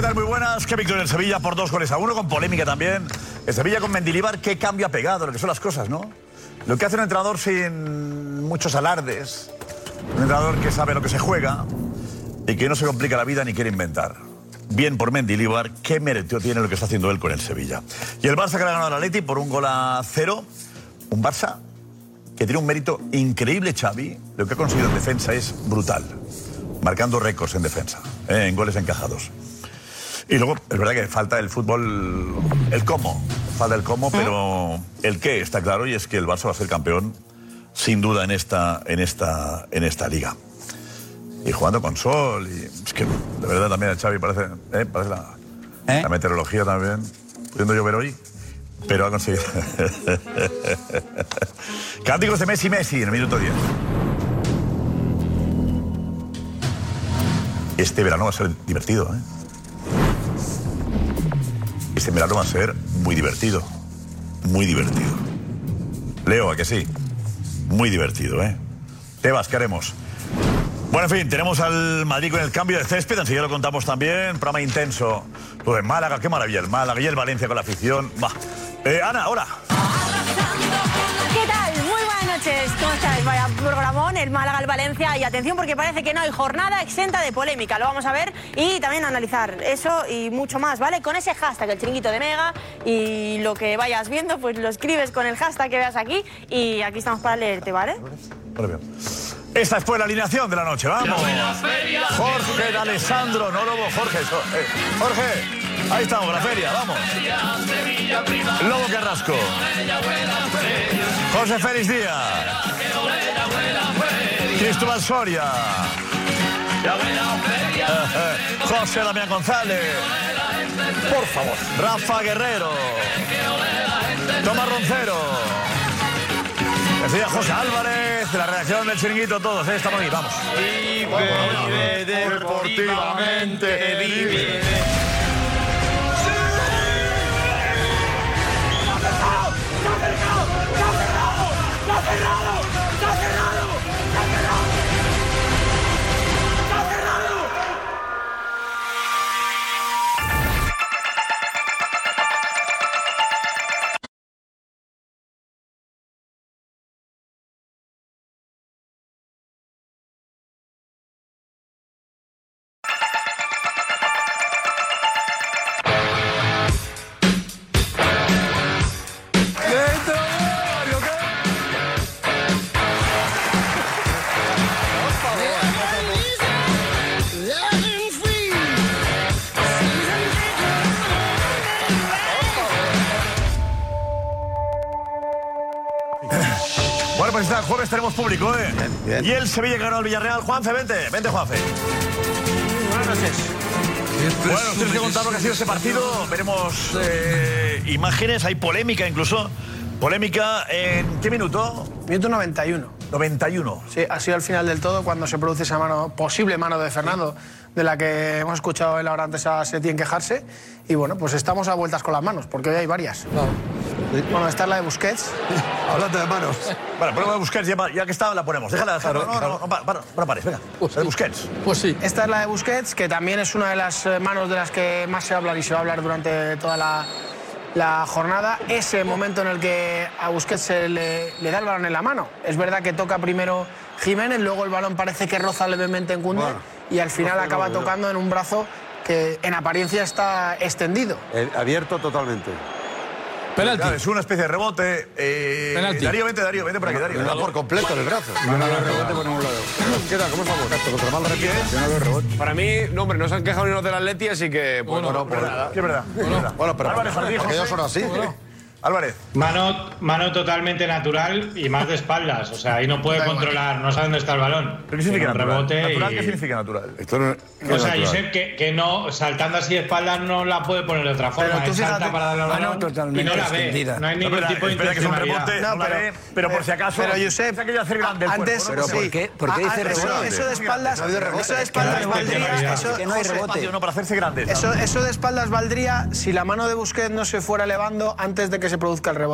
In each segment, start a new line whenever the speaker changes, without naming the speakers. tal? Muy buenas. Qué victoria en Sevilla por dos goles a uno, con polémica también. En Sevilla con Mendilibar, qué cambio ha pegado, lo que son las cosas, ¿no? Lo que hace un entrenador sin muchos alardes, un entrenador que sabe lo que se juega y que no se complica la vida ni quiere inventar. Bien por Mendilibar, qué mérito tiene lo que está haciendo él con el Sevilla. Y el Barça que le ha ganado al Atleti por un gol a cero, un Barça que tiene un mérito increíble Xavi, lo que ha conseguido en defensa es brutal, marcando récords en defensa, eh, en goles encajados. Y luego, es verdad que falta el fútbol, el cómo, falta el cómo, pero el qué está claro y es que el Barça va a ser campeón sin duda en esta, en esta, en esta liga. Y jugando con sol, y es que de verdad también a Xavi parece, eh, parece la, la meteorología también, pudiendo llover hoy, pero ha conseguido. Cánticos de Messi Messi en el minuto 10. Este verano va a ser divertido, ¿eh? Este verano va a ser muy divertido. Muy divertido. Leo, ¿a que sí? Muy divertido, ¿eh? Tebas, ¿qué haremos? Bueno, en fin, tenemos al Madrid con el cambio de césped, enseguida lo contamos también. Programa intenso. Lo de Málaga, qué maravilla el Málaga y el Valencia con la afición. Va. Eh, Ana, ahora.
¿Qué tal? Muy buenas noches. ¿Cómo estáis? Vaya programón, el Málaga, el Valencia. Y atención porque parece que no hay jornada exenta de polémica. Lo vamos a ver y también a analizar eso y mucho más, ¿vale? Con ese hashtag, el chiringuito de Mega. Y lo que vayas viendo, pues lo escribes con el hashtag que veas aquí. Y aquí estamos para leerte, ¿vale?
Bueno, bien. Esta fue la alineación de la noche, vamos. Jorge de Alessandro, no lobo, Jorge. so- eh, Jorge, ahí estamos, la feria, vamos. Lobo Carrasco. José Félix Díaz. Cristóbal Soria. José Damián González. Por favor. Rafa Guerrero. Tomás Roncero. Decía José Álvarez, de la redacción del chiringuito, todos, ¿eh? estamos aquí, vamos.
Vive deportivamente, vive.
Bueno, pues está, jueves tenemos público, ¿eh? Y el Sevilla que ganó al Villarreal. Juanfe, vente, vente, Juanfe. Buenas noches. Bueno, os tienes que contar lo que ha sido ese partido. Veremos eh, imágenes, hay polémica incluso. Polémica en qué minuto?
Minuto 91.
91.
Sí, ha sido al final del todo cuando se produce esa mano, posible mano de Fernando, de la que hemos escuchado él ahora antes a Setién quejarse. Y bueno, pues estamos a vueltas con las manos, porque hoy hay varias. Bueno, esta es la de Busquets.
Hablando de manos. Bueno, prueba de Busquets, ya, pa- ya que está, la ponemos. Déjala, déjala. no, no, no, no, pa- para, para, pares, venga. La de Busquets.
Pues sí. Esta es la de Busquets, que también es una de las eh, manos de las que más se habla y se va a hablar durante toda la, la jornada. Ese momento en el que a Busquets se le, le da el balón en la mano. Es verdad que toca primero Jiménez, luego el balón parece que roza levemente en Cunde y al final
roza y
acaba
luego,
tocando en un brazo que en apariencia está extendido.
Eh, abierto totalmente.
Penalti. es una especie de rebote. Eh,
Penalti.
Darío, vente, Darío, vente para aquí, Darío.
Está por completo en el brazo.
no veo rebote por ningún lado.
¿Qué tal? ¿Cómo estamos? Contra mal repite.
Yo no veo rebote. Para mí, no, hombre, no se han quejado ni los del Atleti, así que... pues, Bueno, no,
Sí, es verdad.
Bueno, pero
Álvarez, Jardín,
porque
José.
ellos son así.
Bueno. Álvarez.
Mano, mano totalmente natural y más de espaldas. O sea, ahí no puede
Da igual.
controlar, no sabe dónde está el balón.
¿Pero qué significa
Tiene un
natural?
rebote
¿Natural
y-
qué significa natural?
Esto no
O sea, Josep, que, que no, saltando así de espaldas no la puede poner de otra forma.
Pero tú
Él salta
fíjate-
para
Ah,
darle al
Mano
balón y no
totalmente
la ve.
extendida.
No hay
No,
ningún
espera,
tipo de
espera, que es un rebote,
intencionalidad.
no, la ve, pero por si acaso,
Pero Josep,
se ha querido hacer grande el cuerpo,
antes,
¿no?
Pero ¿por qué? ¿Por qué
Ah,
dice
eso-
rebote?
Eso de espaldas,
No ha habido rebote.
eso de
Que
espaldas
no hay
valdría,
intencionalidad.
eso,
Que no hay
José,
rebote.
Espacio, no, para hacerse grandes.
Eso, eso de espaldas valdría si la mano de Busquets no se fuera elevando antes de que se produzca el rebote.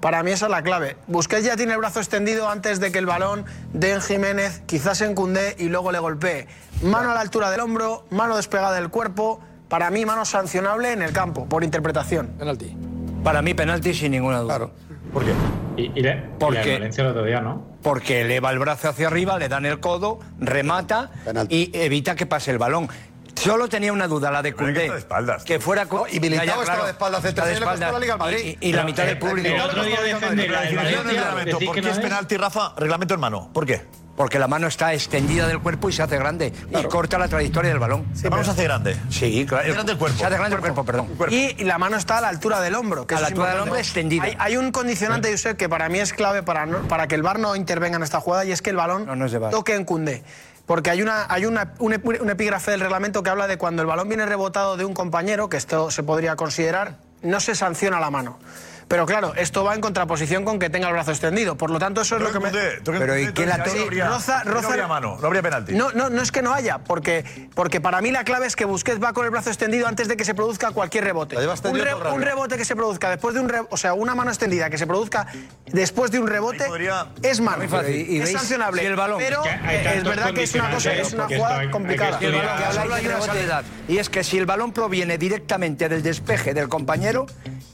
Para mí esa es la clave. Busquets ya tiene el brazo extendido antes de que el balón dé en Jiménez, quizás en Cundé y luego le golpee. Mano a la altura del hombro, mano despegada del cuerpo, Para mí, mano sancionable en el campo, por interpretación.
Penalti. Para mí, penalti sin ninguna duda.
Claro.
¿Por qué?
Y, y le- y
¿Por
la
qué?
violencia el otro día, ¿no?
Porque eleva el brazo hacia arriba, le dan el codo, remata
Penalti.
y evita que pase el balón. Solo tenía una duda, la de
Pero hay que
Cundé.
estar de espaldas,
Que fuera co-
No, y Militao
Ya, ya,
estaba de espaldas hace
Está
tres años, le costó
espaldas.
la Liga al Madrid.
Y, y la mitad del público.
El otro día defender la
La definición
de
del
Valencia,
reglamento.
decir
¿Por
que
qué
no
es penalti, Rafa? Reglamento en mano. ¿Por qué?
Porque la mano está extendida del cuerpo y se hace grande. Y corta la trayectoria del balón.
Vamos a hacer grande.
Sí, claro.
Se hace grande el cuerpo.
Se hace grande el cuerpo, perdón.
Y la mano está a la altura del hombro. Que
A
eso
la
es
altura del
importante.
hombro extendida.
Hay, hay un condicionante, Josep, que para mí es clave para, no- para que el VAR no intervenga en esta jugada y es que el balón
No, no es de VAR.
toque en Cundé. Porque hay, una, hay una, un, ep- un epígrafe del reglamento que habla de cuando el balón viene rebotado de un compañero, que esto se podría considerar, no se sanciona la mano. Pero claro, esto va en contraposición con que tenga el brazo extendido. Por lo tanto, eso es lo que me...
Pero, ¿y quién la toca?
Roza-
No
roza-
habría mano, no habría penalti.
No, no, no es que no haya, porque, porque para mí la clave es que Busquets va con el brazo extendido antes de que se produzca cualquier rebote.
La lleva extendida
Un,
todo el rato.
un rebote que se produzca después de un re- o sea, una mano extendida que se produzca después de un rebote
Ahí podría-
es mano,
Muy fácil. Y- y
es
veis
sancionable.
si el balón-
Pero
Es que hay
eh, es,
tantos
verdad que es una cosa,
condicionantes,
es una
porque esto hay-
jugada
hay que
complicada.
El balón, que
Ah,
habláis
Solo hay
de
una
rebote de
salida.
edad. Y es que si el balón proviene directamente del despeje del compañero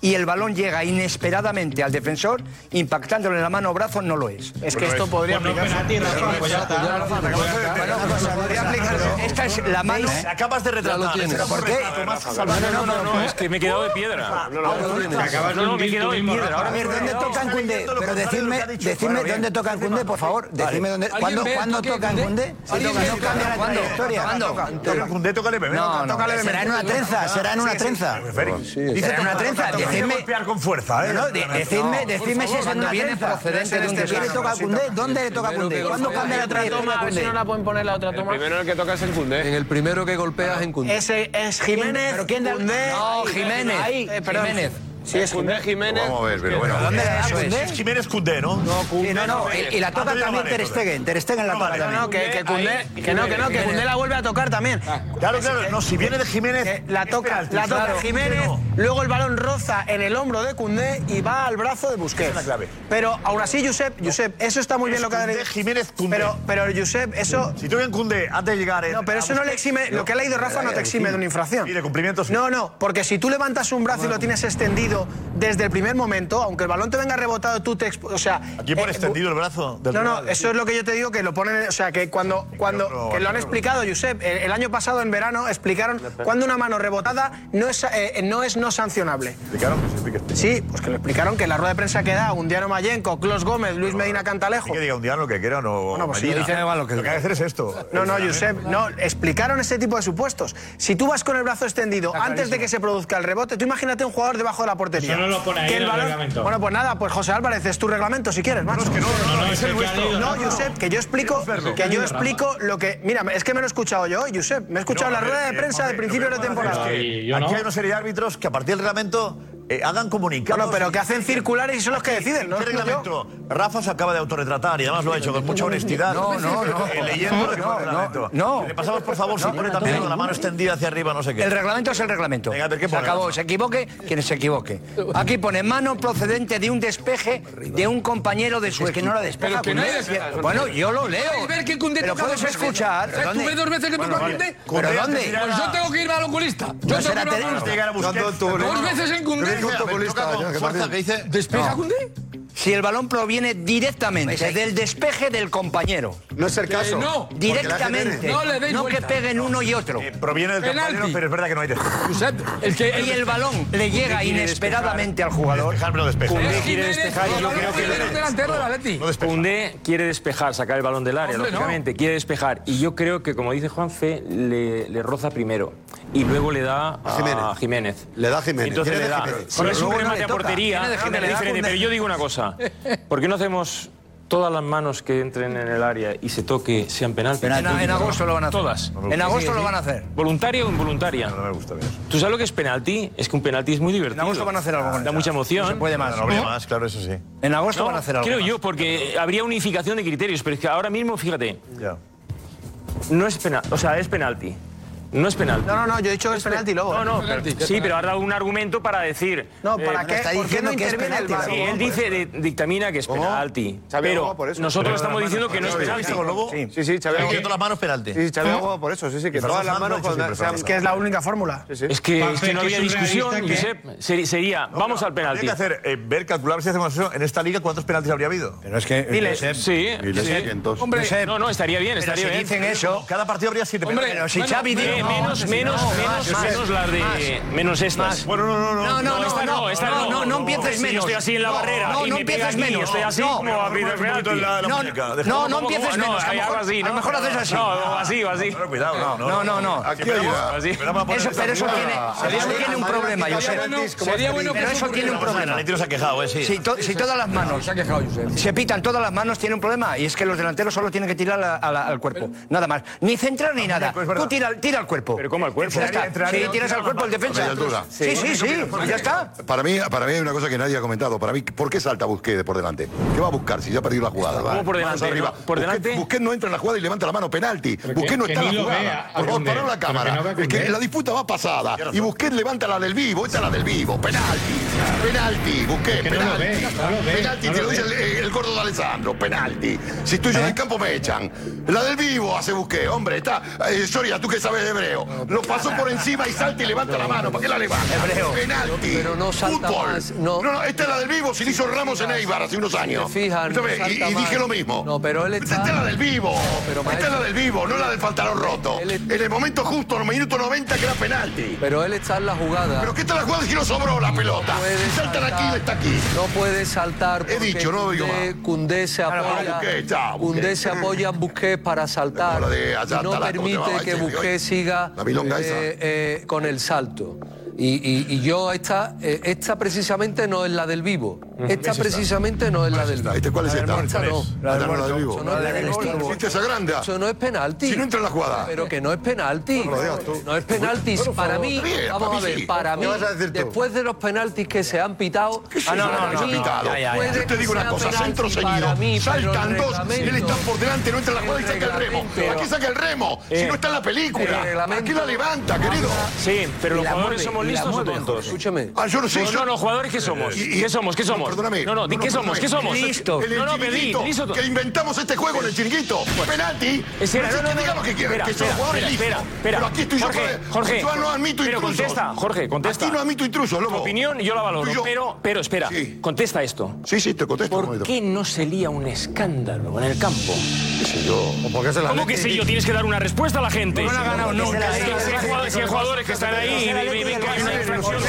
y el balón llega inesperadamente al defensor, impactándolo en la mano o brazo, no lo es.
Es que esto podría
Pues no es
aplicarse.
penalti, Rafa, pues ya está.
Esta es la mano.
Acabas de retratar.
¿Por qué?
No, no, no.
Es que me he quedado de piedra.
Te acabas de
No, me he
hundir tú
quedado de
mismo,
piedra.
Rafa.
Ahora
A ver, ¿dónde toca en Cundé? Pero decidme, decidme dónde toca en Cundé, por favor. Decidme dónde. ¿Cuándo, ¿cuándo toca en Cundé? Si toca, no cambia la trayectoria.
Toca un dedo, tócale, bebé.
No, no.
Será en una trenza, será en una trenza.
Dice
Será en una trenza.
Decidme.
Decidme,
golpear con fuerza, ¿eh?
no, de- decidme, decidme si es en
cuando
una
viene
trenza.
procedente de un
¿Quién le
descanso,
toca a Cundé? ¿Dónde le toca a Cundé? ¿Cuándo cambia la trayectoria a Cundé?
la pueden poner la otra
El primero en el que toca es el Cundé.
En el primero que golpeas en Cundé.
Ese es Jiménez.
¿Pero quién da el-
Koundé.
No, Jiménez.
Ahí, eh, perdón.
Jiménez.
Sí, es Koundé.
Cundé Jiménez.
Vamos a ver, pero bueno.
¿Dónde la da Cundé?
Es Jiménez Cundé, ¿no? No,
Sí, no, no, y, y la toca
Antonio
también
Navarro,
Ter Stegen, Ter Stegen la toca
vale,
también.
No, que, que Koundé- que no, que no, que Koundé la vuelve a tocar también.
Claro, claro, no, si viene de Jiménez.
Eh, la toca,
es penalti,
la toca
claro.
Jiménez,
No.
luego el balón roza en el hombro de Cundé y va al brazo de Busquets.
Esa es la clave.
Pero aún así, Josep, Josep, eso está muy bien
Es
lo que ha
Koundé, Jiménez, Koundé.
Pero, pero Josep, eso.
Si tú en Cundé, antes de llegar. eh,
No, pero eso
a
no le
Busquets,
exime. Lo que ha leído Rafa no te exime de una infracción.
Y de cumplimiento, sí.
No, no, porque si tú levantas un brazo y lo tienes extendido desde el primer momento, aunque el balón te venga rebotado, tú te. exp- O sea.
Aquí por
eh,
extendido el brazo del
no, no,
rival.
eso es lo que yo te digo, que lo ponen, o sea, que cuando, cuando
otro-
que lo han explicado, Josep, el, el año pasado en verano explicaron cuando una mano rebotada no es, eh, no es no sancionable.
Explicaron que sí, explique-
Sí, pues que lo explicaron que en la rueda de prensa que da Undiano Mayenco, Clos Gómez, Luis Medina
Sí
Cantalejo.
que diga un día lo que quiera o no.
Bueno, pues si
Medina.
lo dice,
igual lo que-
hay que hacer es esto.
No, no, Josep, no, explicaron ese tipo de supuestos. Si tú vas con el brazo extendido antes de que se produzca el rebote, tú imagínate un jugador debajo de la portería.
Eso no lo pone ahí
Que
en el reglamento.
Bueno, pues nada, pues José Álvarez, es tu reglamento si quieres, macho.
No, no, es el que ha leído,
No,
Rafa.
Josep, que yo explico, que yo explico lo que. Mira, es que me lo he escuchado yo hoy, Josep. Me he escuchado
No,
la
a ver,
rueda de
eh,
prensa de
hombre,
principio
lo
de
que vamos a
temporada.
hacer es
temporada.
que
Sí, yo
aquí
no.
hay una serie de árbitros que a partir del reglamento eh, hagan comunicados.
Bueno, pero que hacen circulares y son los que deciden, ¿no?
¿Qué
No yo.
reglamento? Rafa se acaba de autorretratar y además lo ha hecho con mucha honestidad.
No, no, no.
Eh, Leyendo lo que pone el
No,
reglamento.
no, no.
Le pasamos, por favor, si pone también lo de la mano extendida hacia arriba, no sé qué.
El reglamento es el reglamento.
Venga, a ver, ¿qué
se
pone,
acabó,
Rafa?
se equivoque quien se equivoque. Aquí pone mano procedente de un despeje de un compañero de su equipo. no la despeja.
Pero que no hay
Cundé.
despeje.
Bueno, yo lo leo.
¿Puedes ver que Cundé
Pero
toca
puedes
dos veces?
escuchar.
O sea,
¿dónde?
¿Tú ves dos veces que toca Cundé?
¿Pero dónde?
Pues yo tengo que irme al oculista. Yo
No
tengo que
será
irme al
antes de
oculista.
llegar a Busquets.
Tanto tú,
Dos veces en Cundé.
Yo
pues,
joder.
futbolista. que dice.
¿Despeja Cundé?
Si el balón proviene directamente del despeje del compañero.
No es el caso.
no.
Porque la
Directamente.
genere.
No le deis
No que
vuelta.
peguen uno y otro.
Eh, Proviene del
Penalti.
compañero, pero es verdad que no hay despeje.
Josep, el que.
Y el balón le llega inesperadamente al jugador.
Despejarme lo despeja.
Pues Es
quiere
Jiménez,
despejar y yo
no,
creo que-
Jiménez, delantero del Atleti.
No despeja.
Cundé quiere despejar, sacar el balón del área,
Hombre, no.
lógicamente, quiere despejar. Y yo creo que, como dice Juanfe, le, le roza primero y luego le da a
Jiménez.
Jiménez.
Le da Jiménez.
Entonces
Quiere
le
de
da.
Jiménez.
Pero es un
luego no
remate
le
a
toca.
portería
Viene de Jiménez,
es
le da
diferente.
Cundé.
Pero yo digo una cosa: ¿por qué no hacemos todas las manos que entren en el área y se toque sean penaltis?
En, en agosto lo van a hacer.
Todas.
En agosto lo van a hacer.
¿Voluntaria o involuntaria?
No me gusta bien. eso.
¿Tú sabes lo que es penalti? Es que un penalti es muy
En
divertido.
agosto van a hacer algo con
Da
esta.
mucha emoción.
No se puede más.
No habría más, claro, eso sí.
En agosto
No,
van a hacer algo.
creo
más.
yo, porque habría unificación de criterios, pero es que ahora mismo, fíjate,
Ya.
no es penal, o sea, es penalti. No es penal.
No, no, no, yo he dicho que es penalti, luego.
No, no, pero- sí, pero ha dado un argumento para decir. eh,
No, ¿para qué?
está
¿Por qué no
diciendo que es
interviene el
penalti,
VAR?
Lobo,
Sí, él dice, de- dictamina que es penalti.
Xavi
pero
aboga por eso.
nosotros estamos diciendo que no es penalti.
Sí, sí, sí Xavi.
Metiendo las manos penalti.
Sí,
¿Eh?
¿Eh?
Xavi aboga por eso, sí, sí, que
Fernando
todas las manos
Sanz lo ha
cuando
hecho
sean-
Es que es la única fórmula.
Sí, sí.
Es que, es que
Parece
no
que
había
es un
discusión,
realista que-
Josep. Se- Sería, vamos al penalti.
Habría que hacer, eh, ver, calcular si hacemos eso. En esta liga, ¿cuántos penaltis habría habido?
Pero es que.
Dile.
Josep,
Sí,
Y le
sí.
saquen dos.
Hombre,
Josep,
No, no, estaría bien,
pero si
estaría bien.
dicen eso.
Cada partido habría siete
Hombre,
penaltis.
Pero si
Bueno,
Xavi
eh,
dice.
Eh,
no,
menos,
si
menos,
no,
menos,
más,
menos las de. Menos estas.
Bueno, no, no, no.
No, no,
esta
no,
no, esta no.
no, no empieces
Sí, yo
menos.
estoy así en la
No,
barrera
No,
y
no
me pega
empieces
aquí,
menos.
estoy así
no.
como a
Arruina un
penalti.
poquito la- la
No,
muñeca.
no,
Deja-
no,
¿Cómo, cómo?
empieces menos. A lo
ahí hago
mejor-
así,
a lo
¿no?
mejor haces así.
No, o así, o así.
Bueno, cuidado, no, no.
No, no, no.
Aquí ayuda.
Así.
Esperamos a poner
Eso,
esta
pero eso
jugada.
tiene,
Madrid-
eso tiene un
Madrid-
problema,
Madrid-
Josep.
Madrid-
Bueno, sería bueno que
Pero eso
fuese
tiene un
por-
El
problema.
Atlético se ha quejado, ¿eh? Sí.
Si, to- si todas las manos
Se ha quejado, Josep.
se pitan todas las manos, tiene un problema. Y es que los delanteros solo tienen que tirar a- a la- al cuerpo. Nada más. Ni centrar ni nada.
es verdad.
Tú tira, tira al cuerpo.
Pero ¿cómo al cuerpo?
Ya está.
Entraría-
Sí, tiras al cuerpo el
Media
defensa.
altura.
Sí, sí, sí.
pues
Ya está.
Para mí, para mí hay una cosa que nadie ha comentado. Para mí, ¿por qué salta Busquets de por delante? ¿Qué va a buscar si ya ha perdido la jugada?
¿Cómo por delante,
Manos arriba.
no? ¿Por
Busquets-
delante?
Busquets no entra en la jugada y levanta la mano penalti.
Pero
Busquets
que-
no
que
está en
ni
la
lo
jugada.
vea a
por favor,
Koundé.
paró la
Pero
cámara.
que no vea a
es que
Koundé.
la disputa va pasada. Y Busquets levanta la del vivo. Esta es la del vivo. Penalti. Penalti. Busquets.
Que no lo
penalti.
ve, no lo ve, ¿Eh?
penalti.
no
Te
lo
lo dice el, el gordo de Alessandro. Penalti. Si estoy yo en el campo me echan. La del vivo hace Busquets. Hombre, está. eh, Soria, tú que sabes de hebreo. Lo pasó por encima y salta y levanta la mano. ¿Para qué la levanta?
Hebreo.
Penalti.
Pero no salta
Fútbol.
más, no.
no, esta es la del vivo. Si le hizo Ramos en Eibar hace unos años.
te fijas, no
Escúchame, y,
salta
y dije
más.
lo mismo.
No, pero él está-
Esta es la del vivo.
pero
esta es la
maestro-
del vivo, no la del pantalón roto.
Él es-
En el momento justo, en el minuto 90, que era penalti.
Pero él está en la jugada.
Pero ¿qué tal la jugada si no sobró la pelota?
puede
Si saltan
saltar.
aquí, está aquí.
No puede saltar.
He
porque
dicho, no digo
Koundé- Koundé se
Claro,
apoya.
Busquets, chao, Busquets.
Koundé se apoya en Busquets para saltar.
La de
y
Ayala,
no
¿cómo se llamaba
permite que
ese?
Busquets siga
La milonga esa.
eh, con el salto. Y, y- y yo esta, eh, esta precisamente no es la del vivo. Esta precisamente no es la del vivo.
¿Este cuál es esta?
Esta no.
Esta no, la del vivo.
Eso no es la del vivo.
¿Viste esa grande?
Eso no es penalti.
Si no entra en la jugada.
Pero que no es penalti.
No lo digas tú.
No es penalti. Para mí,
Está bien, para
vamos a
mí sí.
ver, para
¿Qué
mí,
vas a decir tú?
después de los penaltis que se han pitado,
Ah, no, no, no,
para
se ha
mí,
pitado.
puede que
Yo te digo una
sea
cosa,
penalti
centro
para
seguido.
mí, pero el
Saltan dos, él
reglamento-
está por delante, no entra en la jugada y saca el remo.
reglamento- eh,
¿Para qué saca el remo? Si no está en la película.
el
¿Para qué la
reglamento-
levanta, querido?
Sí, pero los jugadores somos listos o tontos.
Escúchame.
Ah, yo no sé.
No,
yo-
no, no, jugadores, ¿qué somos?
Y- y-
¿Qué somos? ¿Qué
No,
somos?
perdóname.
No, no, ¿de qué somos? ¿Qué somos?
perdóname.
Listo.
En el
No, no, pedí,
chiringuito
listo.
que inventamos este juego en el chiringuito. Penalti.
Es
Pero
cierto.
es
No, no,
que
no,
diga
no.
lo que quiera,
Eh, Espera,
que son
espera,
jugadores
espera,
listos.
espera.
Pero aquí estoy yo.
Jorge,
para-
Jorge,
Yo no admito
pero
intrusos.
contesta, Jorge, contesta.
Aquí no admito intrusos,
Tu
loco.
opinión yo la valoro,
Tú y yo.
pero, pero espera,
Sí.
contesta esto.
Sí, sí, te contesto. un
¿Por
momento.
qué no sería un escándalo en el campo?
¿Qué sé yo?
¿Cómo que sé yo? Tienes que dar una respuesta a la gente. No ganado
nunca.
Si hay jugadores, si hay jugadores que están ahí y ven- ven- ven que hay una infracción.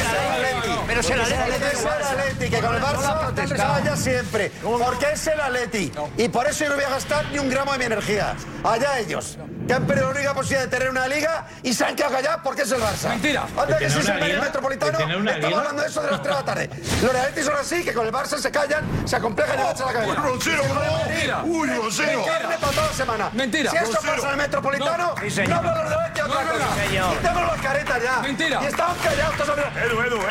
Pero es el Atleti. Es el Atleti, que con el Barça te falla siempre. Porque es el Atleti. Y por eso yo no voy a gastar ni un gramo de mi energía. Allá ellos, que han perdido la única posibilidad de tener una liga y se han quedado allá porque es el Barça.
Mentira.
Anda
¿De
que
tener
si es
una
el Madrid
liga?
Metropolitano,
¿De tener una
estamos
liga?
hablando de eso de las 3 de la tarde. Los Atletis son así, que con el Barça se callan, se acomplejan y le echan la cabeza.
Uy, Roncero, no. Uy, Roncero.
toda semana.
Mentira.
Si esto
Roncero.
pasa en el Metropolitano,
No.
no hablan los de la que otra
No, no,
cosa. Quitemos las caretas ya.
Mentira.
Y estamos callados todos los
Edu, Edu, eh.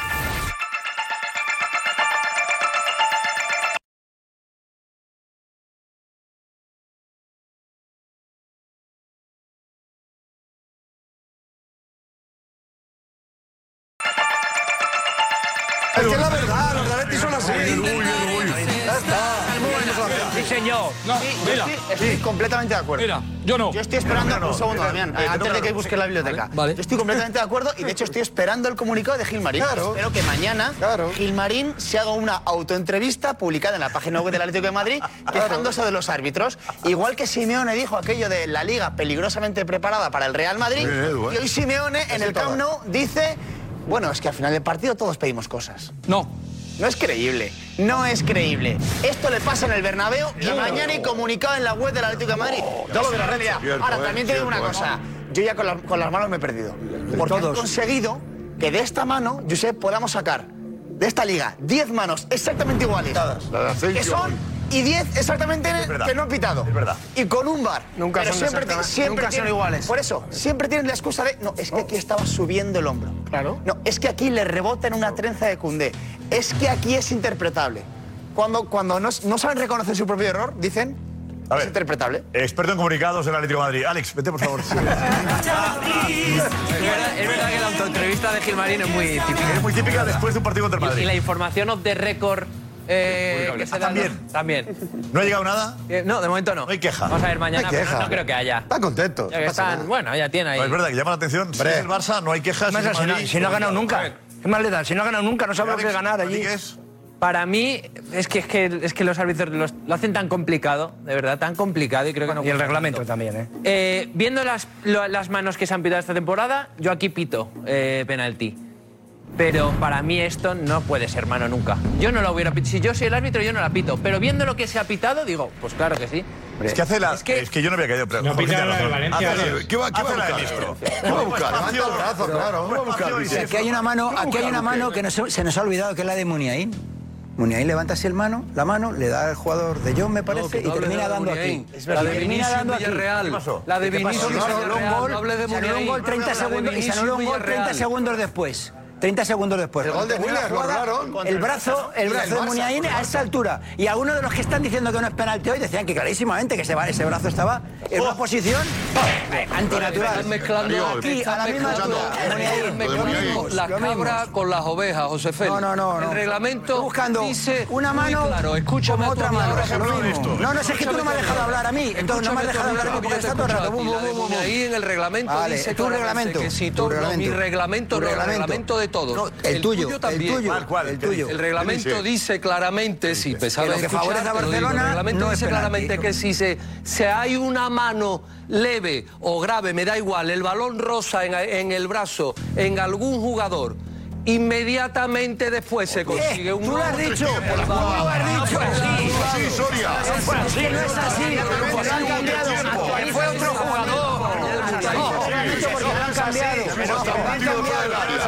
Es que es la verdad, los Danetti son así. Ya está.
Sí, señor.
Mira,
Estoy completamente de acuerdo.
mira, yo no.
Yo estoy esperando
Mira, no,
un segundo,
mira,
Damián,
eh,
eh, antes
mira,
de que
no,
busque la biblioteca.
vale.
Yo estoy completamente de acuerdo y de hecho estoy esperando el comunicado de Gilmarín.
Claro.
Espero que mañana
Claro.
Gilmarín se haga una autoentrevista publicada en la página web del Atlético de Madrid quejándose de los árbitros, igual que Simeone dijo aquello de la liga peligrosamente preparada para el Real Madrid
Bien, Edu, ¿eh?
y hoy Simeone en el Camp Nou dice, bueno, es que al final del partido todos pedimos cosas.
No.
No es creíble, no es creíble. Esto le pasa en el Bernabéu y mañana hay comunicado en la web del Atlético de Madrid.
Oh,
Ya lo verás, realidad.
Cierto,
Ahora,
eh,
también te digo una
cierto,
cosa. Yo ya con, la- con las manos me he perdido. Porque han conseguido que de esta mano, Josep, podamos sacar de esta liga 10 manos exactamente iguales.
La de Asensio.
Que son y 10 exactamente
verdad,
que no han pitado.
es verdad.
Y con un bar.
Nunca son
siempre,
exactamente-
ti- siempre
nunca son
tienen-
iguales.
Por eso, siempre tienen la excusa de. No, es que aquí estaba subiendo el hombro.
Claro.
No, es que aquí le rebota en una trenza de Cundé. Es que aquí es interpretable. Cuando, cuando no, no saben reconocer su propio error, dicen,
es interpretable. Experto en comunicados del Atlético de Madrid. Alex, vete por favor.
Es verdad, es verdad que la autoentrevista de Gilmarín es muy típica.
Es muy típica después de un partido contra el Madrid.
Y,
Ah,
y la información off the record. eh, que se da-
también.
También. Eh,
¿No ha llegado nada?
no, de momento no. No hay
queja.
Vamos a ver mañana,
No hay
pero
queja.
no creo que haya.
Están contentos.
Ya que están, bueno, ya tiene ahí.
Es verdad que llama la atención. Si
Hombre.
es el Barça, no hay quejas.
Más
Si es
si no-
Madrid,
si no ha ganado nunca.
A ver,
¿Qué más le da? Si no ha ganado nunca, no sabe lo que
Alex,
es ganar allí.
Para mí, es que, es que, es que los árbitros los- lo hacen tan complicado, de verdad, tan complicado, y creo que no.
Y el reglamento también, ¿eh?
Eh, viendo las, lo- las manos que se han pitado esta temporada, yo aquí pito eh, penalti. Pero para mí esto no puede ser mano nunca. Yo no la hubiera pitado. Si yo soy el árbitro, yo no la pito. Pero viendo lo que se ha pitado, digo, pues claro que sí.
Es que hace la. Es que, yo no había caído. Pero,
No
Jorge tiene
pitaron la de
razón.
Valencia,
Hace-
Alex.
¿Qué va, qué va a buscar?
¿Qué va a buscar? Levanta el brazo, claro. ¿Qué va a buscar?
O sea, aquí hay una mano, aquí hay una mano que nos- se nos ha olvidado que es la de Muniain. Muniain levanta así el mano, la mano, le da al jugador de John, me
No, que
parece,
no
y
hable de
termina
la
dando
de
aquí.
Muniain. La de
Y termina
Vinicius
dando aquí.
Villarreal.
¿Qué pasó?
La de
¿Qué pasó?
Vinicius
Se anuló un
Villarreal,
gol,
no hable de
se anuló un
Muniain.
gol 30
La de
segundos y se
Vinicius
anuló un gol 30
Villarreal.
segundos después. 30 segundos después.
El gol de
Cuando termina la
Willian, lo
jugada,
anularon.
El brazo,
Y
el
el
brazo de
Barça,
Muniain
por el
a esa altura. Y a uno de los que están diciendo que no es penalti hoy decían que clarísimamente que ese, ese brazo estaba en una posición eh, antinatural.
Están mezclando
aquí, a la misma altura. Muniain.
mezclando las
Lo mismo.
cabras con las ovejas, José
No,
Félix.
no, no, no.
El reglamento
buscando
dice
una
muy
mano
claro,
como
escúchame tú a
otra
mí
mano.
ahora.
Lo mismo. No, no, es que tú no me has dejado hablar a mí. Entonces no me has dejado hablar a mí porque está todo el rato. bum, bum, bum, bum.
Ahí en el reglamento
Vale,
dice
tu
claramente
reglamento.
que si
tu
todo mi reglamento,
tu
no, el reglamento de todos.
No, el, tuyo,
también.
El tuyo.
El,
tuyo.
reglamento dice claramente, si
Que
pesaba
lo que
escuchar,
favorece a
te lo digo,
Barcelona
El reglamento
no es
dice
penalti.
claramente que si se, se hay una mano leve o grave, me da igual, el balón rosa en, en el brazo, en algún jugador. Inmediatamente después se consigue un Ah,
tú lo has
gol.
dicho. Tú
El balón-
lo has dicho.
pues,
Sí, Soria.
Sí, no es así. Porque han cambiado. Fue otro jugador.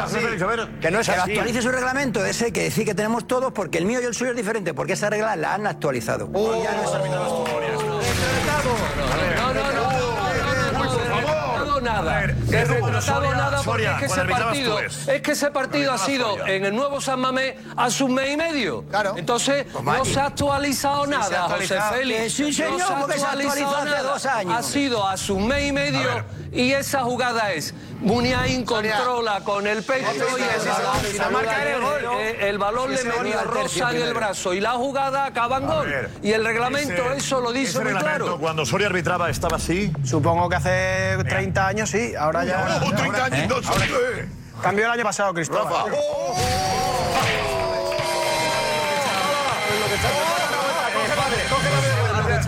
Félix, a ver.
Que actualice su reglamento, ese que decir que tenemos todos, porque el mío y el suyo es diferente, porque esa regla la han actualizado.
Oh.
Ya no es
retratado nada.
¿qué
He
hubo?
retratado
Soria,
nada porque
Soria,
es
cuando
que ese
arbitrabas tú
partido,
es.
es que ese partido ha sido en el nuevo San Mamés hace un mes y medio. Entonces, no
Mati.
se ha actualizado
Sí, se ha
nada,
actualizado.
José
Que
Félix.
sí, señor,
no se ha
porque se ha
actualizado
actualizado hace
nada.
dos años.
Ha sido hace un mes y medio y esa jugada es Muniain controla con el pecho y el balón. Eh, El balón le
Ese gol
venía
iba al tercio
rosa en el
primero.
brazo y la jugada acaba en gol.
ver,
Y el reglamento
ese-
eso lo dice
ese
muy
reglamento,
claro.
Cuando Soria arbitraba estaba así.
Supongo que hace 30 años sí, ahora ya.
Oh, 30 años, no, Soria.
Cambió el año pasado, Cristóbal.
Rafa.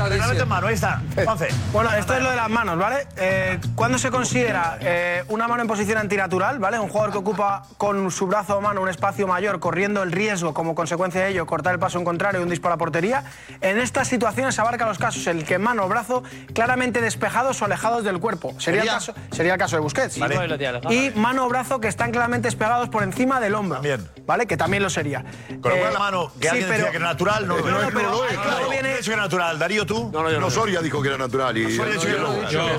Reglamento en mano, ahí está. Juanfe.
Bueno, esto es lo de las manos, ¿vale? Eh, ¿Cuándo se considera eh, una mano en posición antinatural, ¿vale? Un jugador que ocupa con su brazo o mano un espacio mayor, corriendo el riesgo como consecuencia de ello, cortar el paso en contrario y un disparo a portería. En estas situaciones se abarca los casos en el que mano o brazo claramente despejados o alejados del cuerpo. Sería, el,
Sería-
caso, sería el caso de Busquets.
Vale. Igual lo tiene alejado.
Y mano o brazo que están claramente despejados por encima del hombro.
También.
¿Vale? Que también lo sería.
Con lo
Eh,
cual la mano, que
sí,
alguien
pero- eh,
decía que era natural, no,
No, no, pero ahí
claro.
luego viene-
Eso que era natural. Darío, tú. No,
No, Soria dijo que era natural. Y...
Soria dice que no.
Yo-
Darío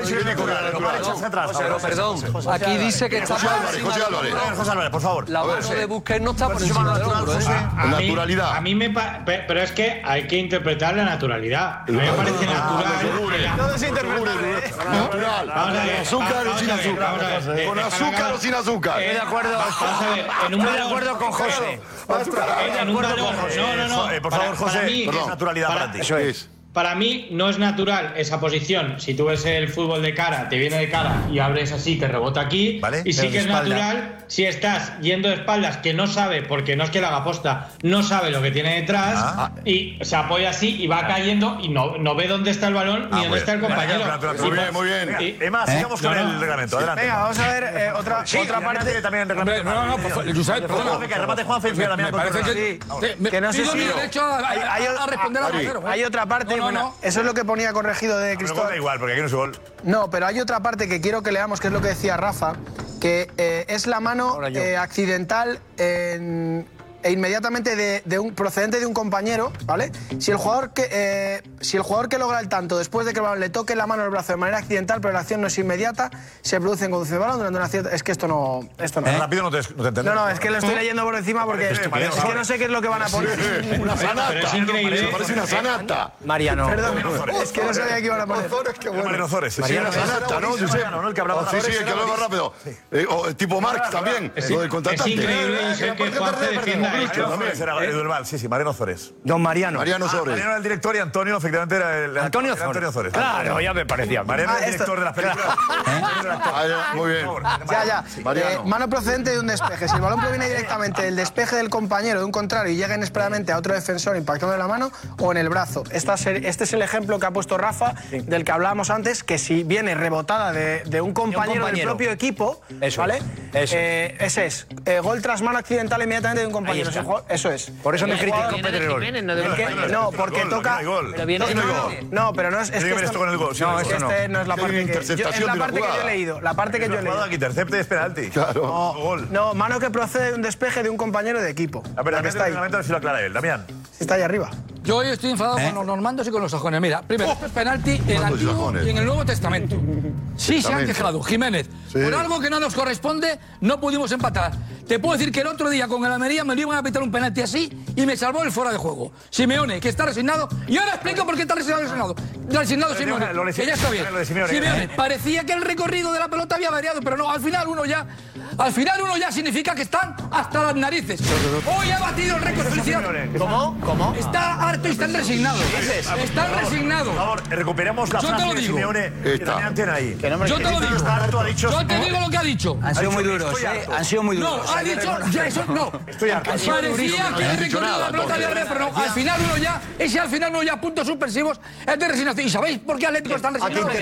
dice que no, pero para echarse atrás.
Pero perdón, aquí dice que está
José
por
Álvarez,
encima
José
del
Álvarez.
hombro.
A ver, José Álvarez, por favor.
La mano de Busquets no está por encima del hombro. ¿eh?
naturalidad.
A mí me pa- pe- pero es que hay que interpretar la naturalidad. A mí me parece natural.
Todo es interpretable, ¿eh?
Natural.
Vamos a
¿Con
ver,
azúcar
vamos
o sin
a ver, vamos a
azúcar?
ver.
¿Con
Eh,
azúcar o sin azúcar?
Estoy de acuerdo. Vamos a ver, en un balón-
con José.
Estoy de acuerdo con José. No, no, no.
Eh, por favor,
Para- para
José,
mí-
¿qué es naturalidad para ti?
Eso es. Para mí no es natural esa posición. Si tú ves el fútbol de cara, te viene de cara y abres así, te rebota aquí.
Vale,
y sí
pero de
que es
espalda.
natural si estás yendo de espaldas, que no sabe, porque no es que la haga posta, no sabe lo que tiene detrás
Ah.
y se apoya así y va cayendo y no, no ve dónde está el
Ah,
balón ni dónde está el compañero.
Muy bien, muy bien.
Venga, Emma,
Eh,
sigamos con el reglamento. Adelante.
Venga, vamos a ver eh, otra, otra parte.
también el
Hombre,
reglamento.
no, no, por favor, Josep, perdona.
Venga, remate Juanfe y fíjate,
Me
mira, con
parece que,
Corona.
te- me-
Que no sé
pido
si-
mi derecho a, a-
Hay- hay-
a responder a Macero, ¿eh?
Hay otra parte,
No, no,
bueno,
no.
eso es lo que ponía corregido
Ah,
de
Pero da
Cristóbal.
igual, porque aquí no es gol.
No, pero hay otra parte que quiero que leamos, que es lo que decía Rafa, que eh, es la mano eh, accidental en, en e inmediatamente de, de un procedente de un compañero, ¿vale? Si el jugador que eh, si el jugador que logra el tanto después de que el balón le toque la mano o el brazo de manera accidental, pero la acción no es inmediata, se produce en conducción de balón durante una cierta es que esto no esto no.
Rápido no te, ¿Eh? no te
No,
entendemos.
no, es que lo estoy leyendo por encima porque es
Estupidez,
que no sé qué es lo que van a poner.
Una sanata. Parece una sanata.
Mariano.
Perdón, es que no sabía qué iban a poner.
Mariano Zores, sí,
Mariano
sí,
Sanata,
Mariano
¿no?
Zores,
Josep?
Mariano, ¿no? El que hablaba
Oh, sí, sí, el que hablaba rápido. Eh, o el tipo Marx también,
Es
lo
in-
del contratante.
es increíble, Josep, que Juanfe
defienda esto.
Mariano Zores era Edu Herbal, sí, sí, Mariano Zores.
Don Mariano.
Ah, Mariano era el director y Antonio, efectivamente, era el. Antonio Zores.
Claro, ya me parecía.
Mariano era
Ah,
el
esto-
director de las películas.
Muy bien.
Ya, ya.
Mariano.
Eh, mano procedente de un despeje. Si el balón proviene directamente del despeje del compañero de un contrario y llega inesperadamente a otro defensor impactando en la mano o en el brazo. Esta es el- este es el ejemplo que ha puesto Rafa, del que hablábamos antes, que si viene rebotada de, de un compañero, del
compañero.
propio equipo,
Eso
¿vale?
es, eso
Eh, ese es. Eh, gol tras mano accidental inmediatamente de un compañero.
está.
Ese jugador- Eso es.
Por eso me
El
criticó
jugador-
Pedrerol.
El que- No, porque
Gol,
toca.
no hay gol. Pero viene-
No, no, no, pero no es. es
Tiene que
que
ver
esto-
esto con el gol, sí,
No,
el
es que
gol no.
este no es la
Que hay una
parte que. yo- Es
interceptación
la
de una
parte que yo he
jugada.
leído. La parte que yo he leído.
Que intercepte es penalti.
No, no, mano que procede de un despeje de un compañero de equipo.
La verdad que está ahí. A ver si lo aclara él, Damián.
Si está ahí arriba.
Yo hoy estoy enfadado con los normandos y con los sajones. Mira, primero, esto es penalti en el
Normandos y
Antiguo
sajones.
y en el Nuevo Testamento. Sí, se han
También.
quejado, Jiménez.
Sí.
Por algo que no nos corresponde, no pudimos empatar. Te puedo decir que el otro día con el Almería me lo iban a pitar un penalti así y me salvó el fuera de juego. Simeone, que está resignado. Y ahora explico por qué está resignado. Resignado, resignado
Lo de-
Simeone.
lo de-
que ya está bien.
lo de Simeone, ¿eh?
parecía que el recorrido de la pelota había variado, pero no, al final uno ya. Al final uno ya significa que están hasta las narices. Hoy ha batido el récord. Felicidades.
¿Cómo? ¿Cómo?
Está harto y están resignados. Están resignados.
Por favor, recuperemos la
Yo te
frase
lo
de
digo.
Simeone y
Está.
Damián tiene ahí.
Yo te lo digo.
Está harto, ha dicho-
Yo te digo lo que ha dicho.
Han sido
Ha
muy
dicho,
duros,
estoy
¿eh?
harto.
Han sido muy duros.
No, ha dicho, ya eso no.
Estoy harto.
Parecía que el recorrido de la pelota había arriba, pero no. Al final uno ya, ese al final uno ya, puntos suspensivos, es de resignación. ¿Y sabéis por qué Atlético está resignado? Hoy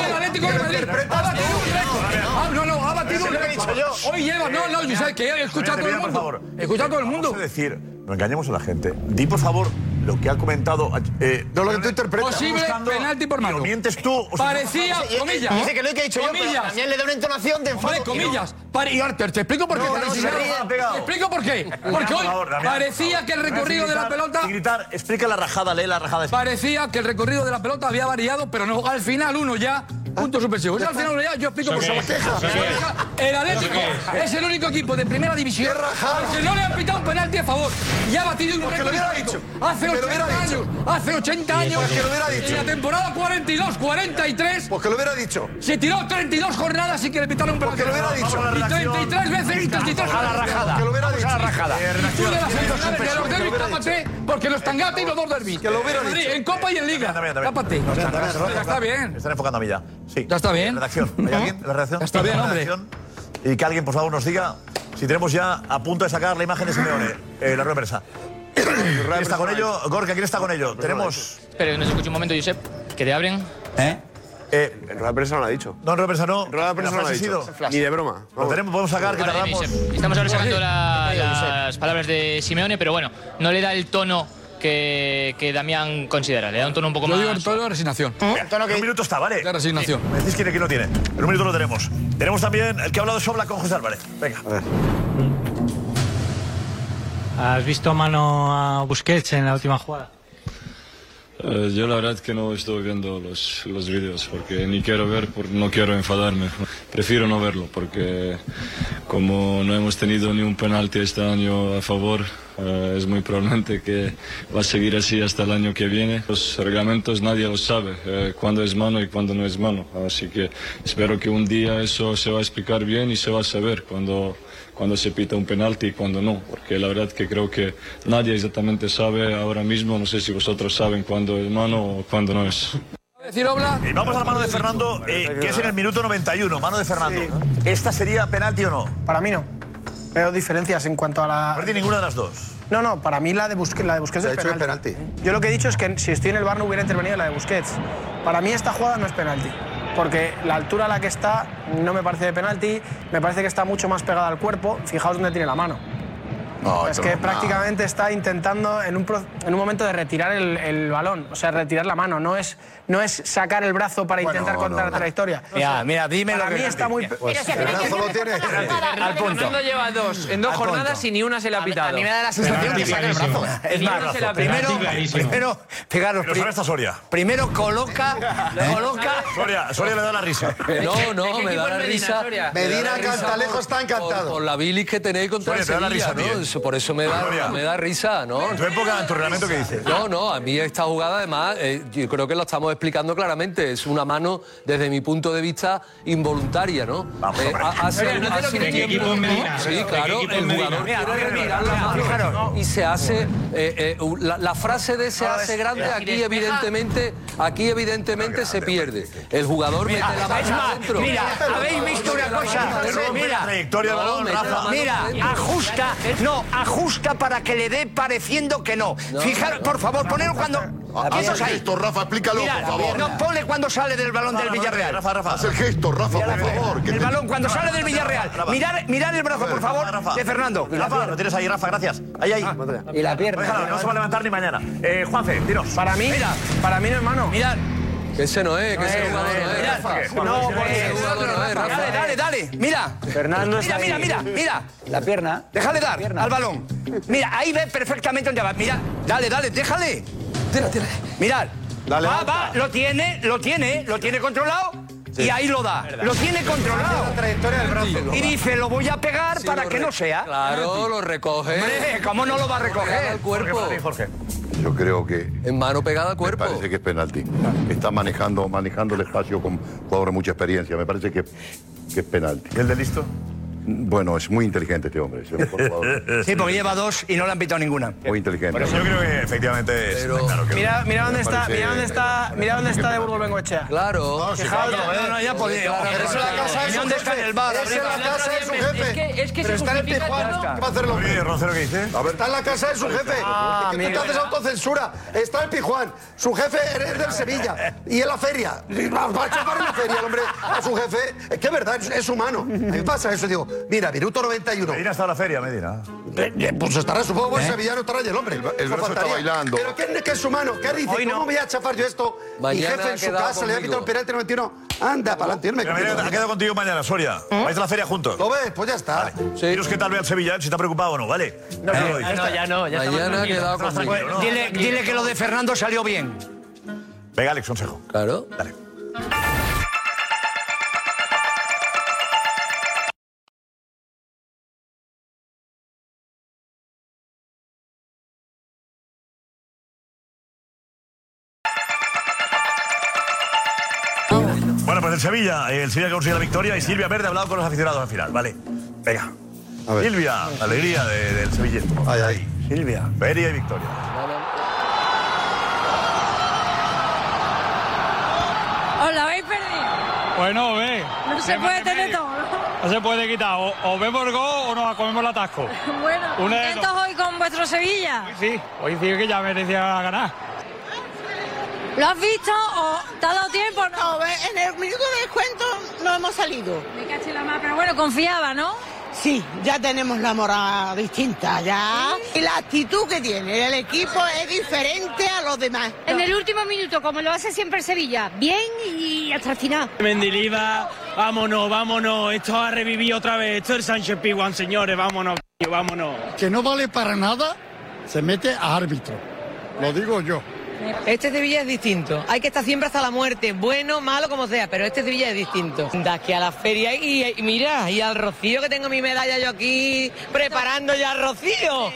el Atlético de Madrid ha batido un récord. Ah, no, no, ha batido un récord. Hoy lleva, no, no, José, que escucha a todo el
Por
mundo.
favor.
Escucha a todo el mundo.
Vamos a decir, no engañemos a la gente. Di, por favor, lo que ha comentado... Eh, no lo que tú interpretas.
Posible penalti por mano.
mientes tú. o sea,
Parecía,
no-
comillas.
Dice que lo que he dicho yo, pero
comillas.
también le da una entonación de enfado.
Hombre, comillas. Pare- y Arter, te explico por qué.
No,
está
no, se
resignado.
ríe,
te explico por qué. Porque
Por
hoy
favor, Damián, por
parecía
favor.
que el
Sin
recorrido de la
gritar,
pelota
sin gritar, explica la rajada, lee la rajada.
Parecía que el recorrido de la pelota había variado, pero no. Al final uno ya.
¿Ah?
Punto suspensivo. Al final uno ya, yo explico por
¿Eso
favor.
qué es? ¿Eso qué
El Atlético
¿Eso qué
es el único equipo de primera división al que no le han pitado un penalti a favor. Y ha batido un récord histórico. Hace 80 años. Hace 80 años.
Porque lo hubiera dicho.
En la temporada 42-43.
Porque lo hubiera dicho.
Se tiró 32 jornadas y que le pitaron un penalti.
Porque lo hubiera dicho.
Y 33 veces y 33
A la rajada. Que lo hubiera dicho. Eh,
Tú de las semifinales de los derbis, tápate, porque los tangate y los dos derbis.
Que lo hubiera
En Madrid,
dicho.
En Copa y en Liga.
Damián, Damián.
Tápate.
Damián, Damián, Rojas,
Ya está
Rojas.
bien.
Me están enfocando a mí ya. Sí.
Ya está bien.
Redacción. ¿Hay alguien? ¿La redacción?
Ya está bien,
¿La
hombre.
redacción? Y que alguien, por favor, nos diga si tenemos ya a punto de sacar la imagen de Simeone, eh, la rueda de prensa. ¿Quién está con ello? Gorka, ¿quién está con
Pues
ello? Tenemos...
Pero que no se escuche un momento, Josep, que te abren.
¿Eh?
En rueda de prensa no lo ha dicho.
no, rueda de prensa no.
En rueda de prensa
La
no lo ha
frase ha
dicho.
sido.
Ni de broma.
Lo tenemos, podemos sacar, que
Vale,
tardamos...
Josep. Estamos ahora sacando la- las palabras de Simeone, pero bueno, no le da el tono que, que Damián considera. Le da un tono un poco
Yo
más.
digo en todo la resignación.
¿Eh?
En un minuto está, ¿vale?
La resignación.
Me decís quién, quién lo tiene. En un minuto lo tenemos. Tenemos también el que ha hablado sobre la con José Álvarez. Venga.
¿Has visto mano a Busquets en la última jugada?
Eh, yo la verdad que no estoy viendo los, los vídeos porque ni quiero ver, por, no quiero enfadarme. Prefiero no verlo porque como no hemos tenido ni un penalti este año a favor, eh, es muy probablemente que va a seguir así hasta el año que viene. Los reglamentos nadie los sabe, eh, cuándo es mano y cuándo no es mano. Así que espero que un día eso se va a explicar bien y se va a saber cuando cuando se pita un penalti y cuando no, porque la verdad que creo que nadie exactamente sabe ahora mismo, no sé si vosotros saben cuándo es mano o cuándo no es.
Decir Obla.
Y vamos a la mano de Fernando, eh, que es en el minuto 91. Mano de Fernando. ¿Esta sería penalti o no?
Para mí no. Veo diferencias en cuanto a la.
No tiene ninguna de las dos.
No, no, para mí la de Busquets, la de Busquets
Se ha
es
hecho el
penalti. Yo lo que he dicho es que si estoy en el bar no hubiera intervenido la de Busquets. Para mí esta jugada no es penalti, porque la altura a la que está no me parece de penalti, me parece que está mucho más pegada al cuerpo, fijaos dónde tiene la mano.
No,
es
esto
que
no-
prácticamente está intentando en un, pro- en un momento de retirar el, el balón, o sea, retirar la mano. No es, no es sacar el brazo para intentar contar trayectoria.
Mira, mira, dime
Para
lo que
mí está muy.
Pues, Pero si al final Penazo lo tiene-
Al punto. Fernando lleva dos, en dos
Al
jornadas
punto.
y ni una se le ha pitado.
A mí me da la sensación que saca el brazo. Es
Ni
más,
una se le ha
primero,
pitado.
primero, fijaros,
Pero sabe esta Soria.
primero coloca,
¿Eh?
coloca.
Soria, Soria le da la risa.
No,
¿Eh? ¿De
no,
qué
me
equipo
da
es Medina,
la risa.
Soria?
me da
Medina,
la risa
Cantalejo
por-
está encantado.
Por, por la bilis que tenéis
Soria,
contra el
te da la
Sevilla,
risa a ti,
¿no?
¿eh?
Eso, por eso me da,
Soria.
me da risa, ¿no?
¿Tu época de entrenamiento qué dices?
No, no, a mí esta jugada además, eh, yo creo que lo estamos explicando claramente, es una mano desde mi punto de vista involuntaria, ¿no? Eh, ha- hace-
Oye, no te lo
hace
crees.
tiempo-
¿De qué equipo es Medina?
Sí,
¿De qué
claro,
equipo es
el
Medina?
jugador
Mira,
quiere
mira,
retirar
mira,
la
fijaros,
mano y se hace, eh, eh, la, la frase de se
No,
hace
es-
grande,
es-
aquí evidentemente, aquí evidentemente se
pues,
pierde. El jugador mete
Mira,
la
es
mano
más,
adentro.
mira, habéis visto una cosa. Mira,
No, mete la mano
Mira,
adentro.
ajusta, no, ajusta para que le dé pareciendo que no. Fijaros, por favor, ponelo cuando.
Haz
Eso
el
es ahí.
gesto, Rafa, explícalo,
Mira,
por favor.
No, ponle cuando sale del balón del Villarreal.
Rafa, Rafa. Haz el gesto, Rafa, por favor. que
El
te-
balón cuando
Rafa,
sale del Villarreal.
Rafa, Rafa.
Mirar, mirar el brazo, por favor, de Fernando. Ah.
Rafa, lo tienes ahí, Rafa, gracias. Ahí, ahí.
Y la pierna.
Déjala, no se va a levantar ni mañana. Eh, Juanfe, dinos.
Para mí, para mí, no, hermano.
Mirad.
Que ese no es, que ese
no
jugador no es, Rafa.
No,
Ese jugador no es, Rafa.
Dale, dale, dale. Mira.
Fernando
Mira,
está
mira,
ahí.
mira, mira.
La pierna.
Déjale dar al balón. Mira, ahí ve perfectamente dónde va. Mira, dale, dale, déjale. Mirad.
Dale,
va,
alta.
va, lo tiene, lo tiene, ¿eh? lo tiene controlado. Y ahí lo da. Lo tiene controlado. Y dice, lo voy a pegar
Sí,
para
lo
que no
re-
sea.
Claro, lo recoge. Ah,
Hombre, ¿cómo no lo va a recoger?
Pegada al cuerpo.
Yo creo que.
En mano pegada al cuerpo.
Me parece que es penalti. Está manejando, manejando el espacio con jugador de mucha experiencia. Me parece que, que es penalti.
¿Y el de listo?
Bueno, es muy inteligente este hombre. Es el mejor jugador.
Sí, porque lleva dos y no le han pitado ninguna.
Muy inteligente.
Por eso yo creo que efectivamente es. claro que-
Mira, mira dónde
Me
está,
parece-
mira dónde está, mira dónde está de Burgos Bengoechea.
Claro.
Fijaos, no, no, ya podía.
eh. Pero es la casa de su
¿Dónde está en
jefe.
el bar?
Es en la
arriba?
casa de su jefe.
que- es que
Pero
se
está en el
justifica
Tijuana.
todo.
¿Qué va a hacer el hombre?
Oye, Rocero, ¿qué dices?
A ver.
Está en la casa de su jefe.
Ah,
Es que tú te
amigo.
haces autocensura. Está el Pijuán. Su jefe es del Sevilla. Y en la feria. Y Va va a chapar en la feria el hombre a su jefe. Es que es verdad, es, es humano. A mí me pasa eso. Digo, mira, minuto 91.
Medina está a la feria, Medina.
Eh, eh, Pues estará, supongo que el sevillano estará ahí el hombre.
el
No
brazo está
faltaría.
bailando.
Pero ¿qué, qué es humano? ¿Qué dice?
Hoy no.
¿Cómo voy a chafar yo esto?
Mañana
Mi jefe
ha
en su
quedado
casa le ha
conmigo.
quitado el penalti 91. Anda, para adelante. ¿Eh?
Mira, Medina, ha quedado contigo mañana, Soria. Vais a la feria juntos.
¿Lo ves? Pues ya está.
Dinos qué tal ve al Sevilla, eh, si está preocupado o no, ¿vale? No,
Eh,
Ah, no, ya no, ya estamos
Mañana ha
tranquilos.
quedado conmigo.
Dile, dile que lo de Fernando salió bien.
Venga, Alex, consejo.
Claro.
Bueno, pues el Sevilla, eh, el Sevilla que consigue la victoria y Silvia Verde ha hablado con los aficionados al final, ¿vale? Venga. Silvia, la alegría de- del Sevilla.
Ay, ay.
Silvia. Feria y victoria.
Os la habéis perdido.
Bueno, ve.
No se puede tener todo.
No se puede quitar. O, o vemos el gol o nos comemos el atasco.
¿no? Bueno,
Una de
contentos hoy con vuestro Sevilla.
Sí, hoy sí que ya merecía ganar.
¿Lo has visto o te ha dado tiempo? o No, en el minuto de descuento no hemos salido. Me caché la mano, pero bueno, confiaba, ¿no?
Sí, ya tenemos la moral distinta, ya. Y la actitud que tiene el equipo es diferente a los demás.
En el último minuto, como lo hace siempre el Sevilla, bien y hasta el final.
Mendiliva, vámonos, vámonos. Esto ha revivido otra vez. Esto es el Sánchez Piguan, señores. Vámonos, coño, vámonos.
que no vale para nada, se mete a árbitro. Lo digo yo.
Este Sevilla es distinto. Hay que estar siempre hasta la muerte, bueno, malo, como sea, pero este Sevilla es distinto. Da que a la feria y, y mira, y al Rocío que tengo mi medalla yo aquí preparando ya al Rocío.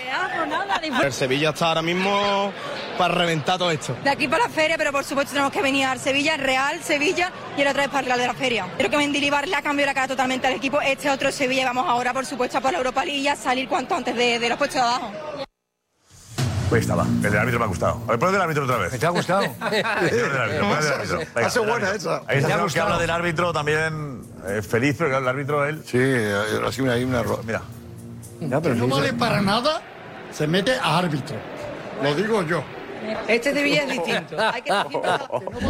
El Sevilla está ahora mismo para reventar todo esto.
De aquí para la feria, pero por supuesto tenemos que venir al Sevilla, Real, Sevilla y el otra vez para el Real de la Feria. Creo que Mendilibar le ha cambiado la cara totalmente al equipo. Este otro Sevilla, y vamos ahora por supuesto a por la Europa League y a salir cuanto antes de, de los puestos de abajo.
Pues estaba. El del árbitro me ha gustado. A ver, pon el del árbitro otra vez.
¿Te ha gustado?
El del árbitro, pon el del árbitro. Venga,
Hace
el
buena
árbitro.
esa.
Ahí está
¿Te
el
ha
que
gustado?
habla del árbitro también eh, feliz, pero claro, el árbitro él.
Sí, ahora sí hay una ropa.
Mira.
que no vale para nada, se mete a árbitro. Lo digo yo.
Este Sevilla es distinto. Hay que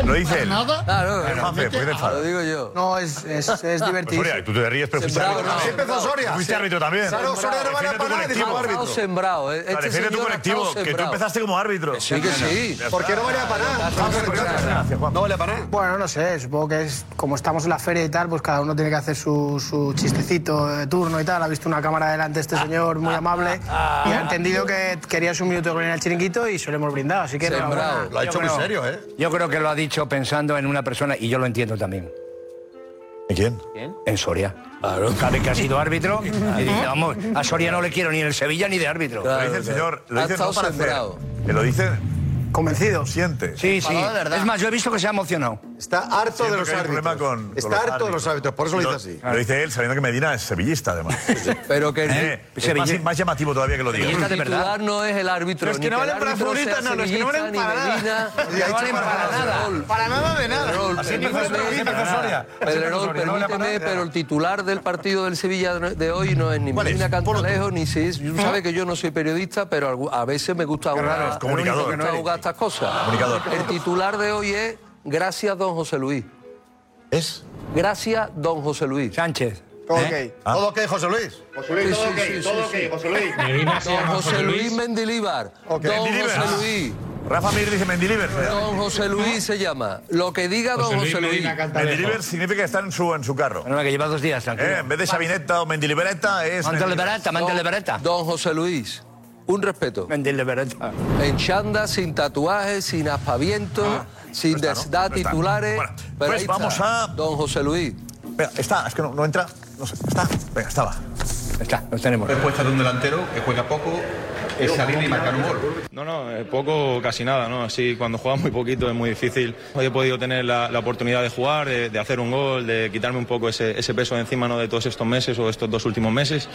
Lo dice él.
¿Nada?
no, no, Juanfe, puedes enfadar.
Lo digo yo. pues,
No, es, es, es divertido.
Soria, tú te ríes, pero fuiste
Sembrado,
árbitro.
no.
también.
Empezó Soria.
Fuiste
Sí.
árbitro también.
Claro, Soria no vale
Defiende tu
para nada,
colectivo,
dice,
árbitro.
estado sembrado, eh.
Claro,
Este
Defiende tu
señor ha
colectivo,
estado
que tú
sembrado.
empezaste como árbitro.
Sí, que sí.
Ya está.
Porque no valía para nada.
Juanfe, muchas gracias, Juanfe.
No vale para nada. Bueno, no sé, supongo que es como estamos en la feria y tal, pues cada uno tiene que hacer su, su chistecito de turno y tal. Ha visto una cámara delante este señor muy amable y ha entendido que querías un minuto con el chiringuito y solemos hemos brindado, así que enhorabuena.
Yo creo-
¿eh?
Yo creo que lo ha dicho pensando en una persona y yo lo entiendo también.
¿Y quién?
En Soria. Sabe que ha sido árbitro y dice, vamos, a Soria no le quiero ni en el Sevilla ni de árbitro.
Lo dice el señor. Lo dice no para hacer. Que lo dice.
Convencido.
Siente.
Sí, sí.
Enfadado de verdad.
Es más, yo he visto que se ha emocionado.
Está harto
de los árbitros. Está harto de los árbitros, por eso lo dice así.
Lo dice él, sabiendo que Medina es sevillista, además.
Pero que
Eh,
no.
es más, más llamativo todavía que lo diga.
El este titular no es el árbitro.
Los que
ni
no valen
el
para
árbitro
futbolistas,
sea
no, los que no
sevillista,
valen
ni
para nada.
Medina.
Ya ha hecho para nada.
Para nada de nada.
Así empezó- así empezó Soria. Así empezó
Pedrerol,
Soria, no vale para
permíteme,
nada.
pero el titular del partido del Sevilla de hoy no es ni Medina Cantalejo, ni si es... Tú sabes que yo no soy periodista, pero algu- a veces me gusta
¿Ah? raro, es
jugar
comunicador.
me gusta jugar estas cosas.
Comunicador.
El titular de hoy es Gracias, don José Luis.
¿Es?
Gracias, don José Luis.
Sánchez.
Todo
¿Todo ok, José Luis? José
¿Eh? ¿Ah? Luis, todo ok, todo ok, José Luis. Don José Luis Mendilíbar.
Ok.
Don
Mendilibar.
José Luis.
Rafa Mir dice Mendilibar.
Don José Luis se llama. Lo que diga don José Luis.
Mendilibar significa que está en su, en su carro.
No, que lleva dos días, tranquilo.
Eh, en vez de Sabineta o Mendilibereta es...
Mendilibereta. Don José Luis. Un respeto.
Mendilibereta.
En chanda, sin tatuajes, sin aspavientos, sin
Ah, no está, ¿no?
desdar
No está.
titulares.
Bueno,
pero
pues
ahí está.
vamos a-
Don José Luis.
Espera, está, es que no, no entra. No sé, está. Venga, está abajo.
Está, lo tenemos.
Respuesta de un delantero que juega poco es salir y marcar un gol.
No, no, eh, poco, casi nada, ¿no? Así cuando juegas muy poquito es muy difícil. Hoy he podido tener la, la oportunidad de jugar, de, de hacer un gol, de quitarme un poco ese, ese peso de encima, ¿no? De todos estos meses o estos dos últimos meses.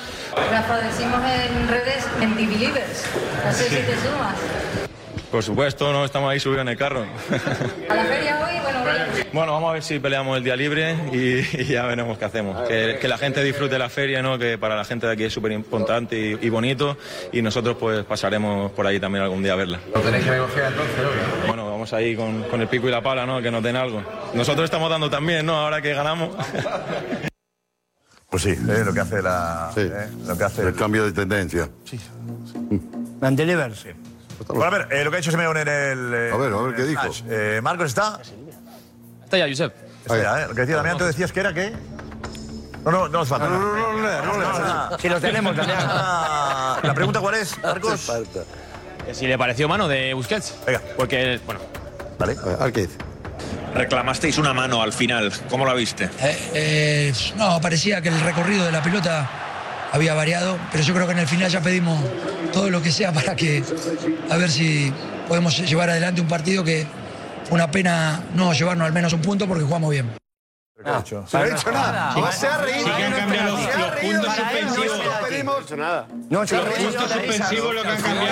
Rafa, decimos en redes Mendibelievers. No sé si te sumas.
Por supuesto, no estamos ahí subidos en el carro.
A la feria hoy, bueno, bien.
Bueno, vamos a ver si peleamos el día libre y, y ya veremos qué hacemos. Que, que la gente disfrute la feria, ¿no? Que para la gente de aquí es súper importante y, y bonito. Y nosotros pues pasaremos por allí también algún día a verla.
Lo tenéis que negociar entonces, ¿no?
Bueno, vamos ahí con, con el pico y la pala, ¿no? Que nos den algo. Nosotros estamos dando también, ¿no? Ahora que ganamos.
Pues sí, eh, lo que hace la... eh, lo que hace
El cambio de tendencia.
Mendilibar.
Bueno, a ver, eh, lo que ha hecho Simeone en el... eh,
A ver, a ver,
en
¿qué
el
dijo?
Flash. Eh, Marcos, ¿está?
Está ya, Josep.
Está ya, eh. Lo que decía Damián, te decías que era qué? No, no, no nos falta. No, no, no,
Si lo tenemos, Damián.
La pregunta, ¿cuál es, Marcos?
Si le pareció mano de Busquets. Porque, bueno.
Vale.
A ver, ¿qué dice?
Reclamasteis una mano al final, ¿cómo la viste?
Eh, no, parecía que el recorrido de la pelota había variado, pero yo creo que en el final ya pedimos todo lo que sea para que a ver si podemos llevar adelante un partido que fue una pena no llevarnos al menos un punto porque jugamos bien.
Se lo he dicho nada.
Sí,
No se ha
sí,
reído.
sí, que han cambiado
Se
los-
ha
los
reído.
puntos
Para él,
suspensivos.
No lo pedimos. nada.
No,
se ha reído. de la risa,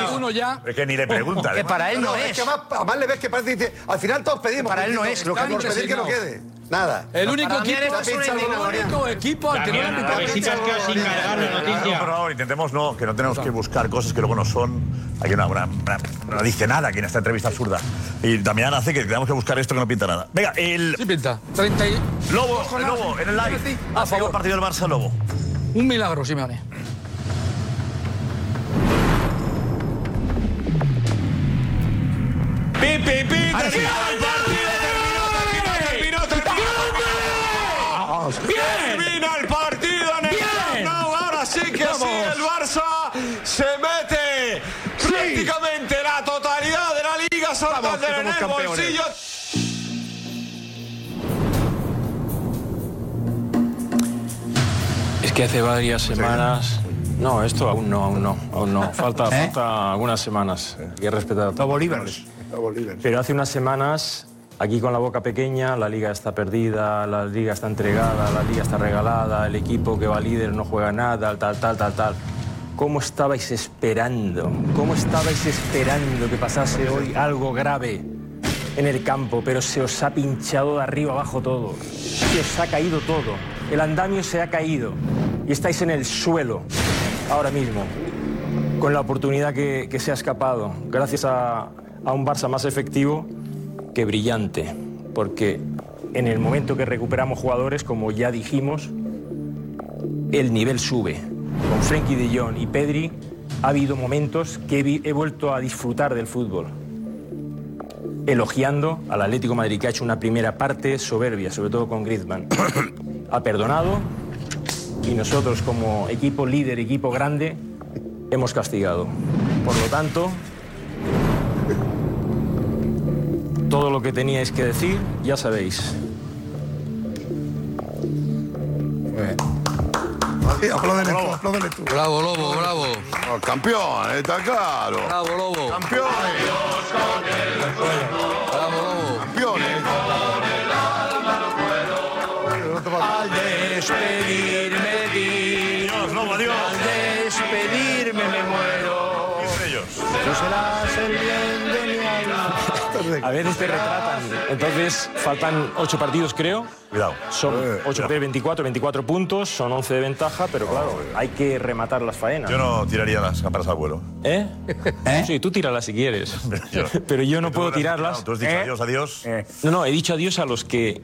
¿no?
Uno ya.
Es que ni le pregunta.
Que
además.
para él no
que además, además le ves que parece dice, al final todos pedimos.
Para él no es, lo que
Por
dice,
pedir que no
no.
quede. Nada.
El único
Para mí
equipo,
eres un
el
indignado.
único equipo al que no le han pitado.
Claro, por favor, intentemos no, que no tenemos que buscar cosas que luego no son. Aquí no, no, no, no dice nada aquí en esta entrevista absurda. Y Damián hace que tengamos que buscar esto que no pinta nada. Venga, el. Sí
pinta. 30 y...
Lobo, Lobo, en el live. A favor. partido del Barça, Lobo.
Un milagro, Simeone.
¡Pi, pi, pi! ¡Terminado el partido! ¡Terminó, terminó, terminó! terminó! ¡Bien! ¡Termina el partido en el Camp Nou! Ahora sí que sí, el Barça se mete prácticamente la totalidad de la Liga Santander en el bolsillo.
Es que hace varias semanas. No, esto aún no, aún no, aún no. Falta, falta algunas semanas. Hay que respetar. Todo Bolívar. Pero hace unas semanas, aquí con la boca pequeña, la liga está perdida, la liga está entregada, la liga está regalada, el equipo que va líder no juega nada, tal, tal, tal, tal. ¿Cómo estabais esperando? ¿Cómo estabais esperando que pasase hoy algo grave en el campo? Pero se os ha pinchado de arriba abajo todo. Se os ha caído todo. El andamio se ha caído. Y estáis en el suelo ahora mismo con la oportunidad que, que se ha escapado, gracias a, a un Barça más efectivo que brillante, porque en el momento que recuperamos jugadores, como ya dijimos, el nivel sube. Con Frenkie de Jong y Pedri ha habido momentos que he vi- he vuelto a disfrutar del fútbol, elogiando al Atlético de Madrid que ha hecho una primera parte soberbia, sobre todo con Griezmann. ha perdonado y nosotros como equipo líder, equipo grande, hemos castigado. Por lo tanto, todo lo que teníais que decir, ya sabéis.
Aplaudele tú, aplaudele tú.
Bravo, Lobo, bravo.
campeón, está claro.
Bravo, Lobo.
Campeones. Campeones.
Al despedirme
Adiós, Lobo, adiós.
Al despedirme me muero.
No
serás el bien de mi alma.
A veces te retratan. Entonces, faltan ocho partidos, creo. Cuidado. Son
Eh,
8 de 24, 24 puntos, son 11 de ventaja, pero claro, hay que rematar las faenas.
Yo no tiraría las cámaras al vuelo.
¿Eh? Sí, tú tíralas si quieres. Pero yo, no puedo tirarlas.
Tú has dicho
¿Eh?
adiós, adiós.
No, no, he dicho adiós a los que.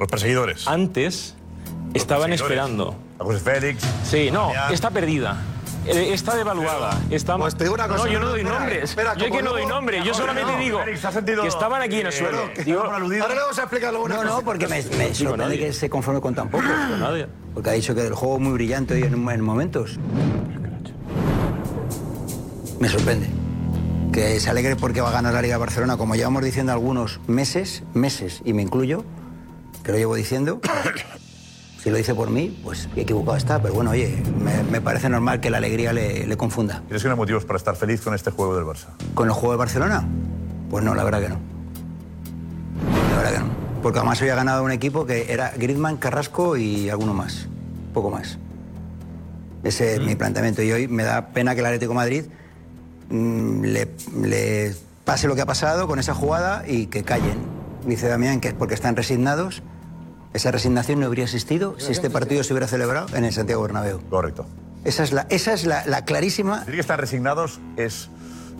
Los perseguidores.
Antes estaban
perseguidores.
esperando.
A José Félix.
Sí, no,
Damián.
está perdida. Eh, Está devaluada. Está...
Pues te digo una cosa,
No, yo no
no,
doy
espera,
nombres.
espera,
yo es
como
que no doy
luego-
Ah,
nombres. Yo
No,
solamente
no,
digo
Félix, ha sentido-
que estaban aquí en el
Eh,
suelo.
que
Digo-
estaban aludidos. Ahora le vamos a explicar luego una
No,
cosa.
no, porque me,
No
me
digo
sorprende
nadie.
que se conforme con tan poco. Porque ha dicho que el juego muy brillante hoy en, en momentos. Me sorprende. Que se alegre porque va a ganar la Liga de Barcelona, como llevamos diciendo algunos meses, meses, y me incluyo, que lo llevo diciendo. Si lo dice por mí, pues equivocado está, pero bueno, oye, me, me parece normal que la alegría le, le confunda.
¿Crees que no hay motivos para estar feliz con este juego del Barça?
¿Con el juego de Barcelona? Pues no, la verdad que no. La verdad que no. Porque además había ganado un equipo que era Griezmann, Carrasco y alguno más. Poco más. Ese es mi planteamiento. Y hoy me da pena que el Atlético de Madrid mm, le, le pase lo que ha pasado con esa jugada y que callen. Dice Damián que es porque están resignados. Esa resignación no habría existido si este partido se hubiera celebrado en el Santiago Bernabéu.
Correcto.
Esa es la, esa es la, la clarísima
Decir que están resignados es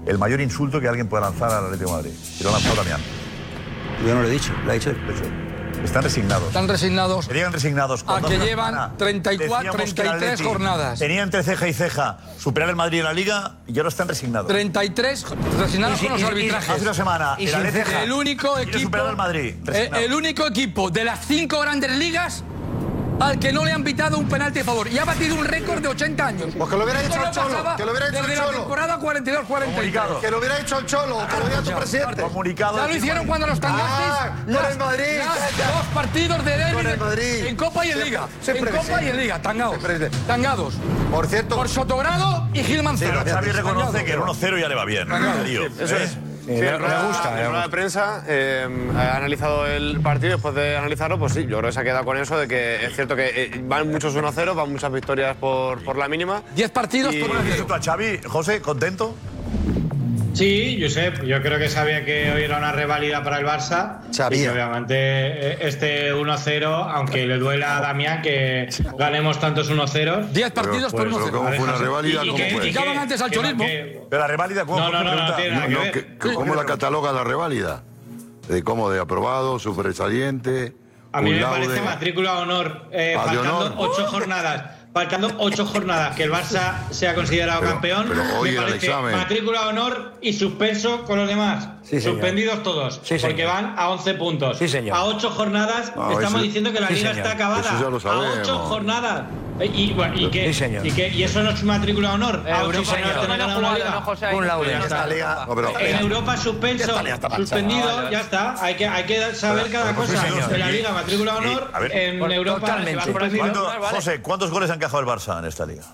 el mayor insulto que alguien puede lanzar al Atlético de Madrid. Y lo ha lanzado Damián.
Yo no lo he dicho, lo ha dicho él.
Están resignados.
Están resignados.
Que digan resignados. cuando
Ah, que
hace una
llevan
semana
34,
decíamos que el
33
Atleti
jornadas.
Tenía entre ceja y ceja superar el Madrid en la Liga y ahora están resignados.
33 resignados
Y si-
con los
y- y-
arbitrajes.
hace una semana, el
sin
Atleti
ceja. el único
quiere
equipo.
superar al Madrid,
eh,
resignado.
el único equipo de las cinco grandes ligas al que no le han pitado un penalti a favor. Y ha batido un récord de 80 años.
Pues que lo hubiera
Esto
hecho
no
el Cholo,
pasaba
que lo hubiera hecho
desde
el
la
Cholo.
temporada 42-43.
Que lo hubiera hecho el Cholo, que lo hubiera hecho el presidente.
Comunicado.
Ya lo hicieron cuando los tangasteis.
Ah, no
las-
en Madrid.
las dos partidos de derbi
Con el Madrid.
En Copa y en
Siempre-
Liga.
siempre
en
que
Copa
sí.
y en Liga. Tangados. Tangados.
Por cierto.
Por Sotogrado y Gil Manzano.
Pero Xavi reconoce que el 1-0 ya le va bien. Tío, ¿eh?
La rueda de prensa eh, ha analizado el partido después de analizarlo, pues sí, yo creo que se ha quedado con eso de que es cierto que eh, van muchos 1-0, van muchas victorias por, por la mínima.
10 partidos
¿Cómo le has dicho tú a Xavi? José, ¿contento?
Sí, Josep, yo creo que sabía que hoy era una reválida para el Barça.
Sabía.
Y que obviamente eh, este 1-0, aunque le duela a Damián que ganemos tantos 1-0.
10
partidos
por Pero, pero 1-0. ¿cómo fue una reválida? ¿Cómo fue? Criticaban
antes al chorismo. Pero
la reválida, ¿cómo
No, no, no, no, tiene nada que
No,
ver.
que- que ¿Cómo la cataloga la reválida? De cómo de aprobado, sobresaliente,
A mí
cum
me
laude.
parece matrícula honor, eh,
Ah, de
faltando
honor.
ocho jornadas. Faltando ocho jornadas que el Barça sea considerado
Pero-
campeón,
pero hoy
me
era el
parece
examen.
matrícula honor y suspenso con los demás.
Sí, señor.
Suspendidos todos,
Sí, señor.
porque van a 11 puntos. A ocho jornadas
No,
estamos
eso-
diciendo que la
sí,
liga
señor.
está acabada.
Eso ya lo
A ocho
sabemos.
jornadas. Eh, Y, bueno, y que,
Sí, señor.
y que- y eso no es matrícula honor.
Eh,
a
Europa
ocho jornadas
no.
tener ganado la liga.
Cum laude.
Ya está.
Esta liga- No, pero- eh,
en Europa suspenso, suspendido, ya está. Hay que, hay que saber cada
Pues sí,
cosa.
señor.
En la liga,
Y-
matrícula
y-
honor,
a ver,
en
por-
Europa se van por así,
¿Cuánto-
¿no?
José, ¿cuántos goles ha encajado el Barça en esta liga?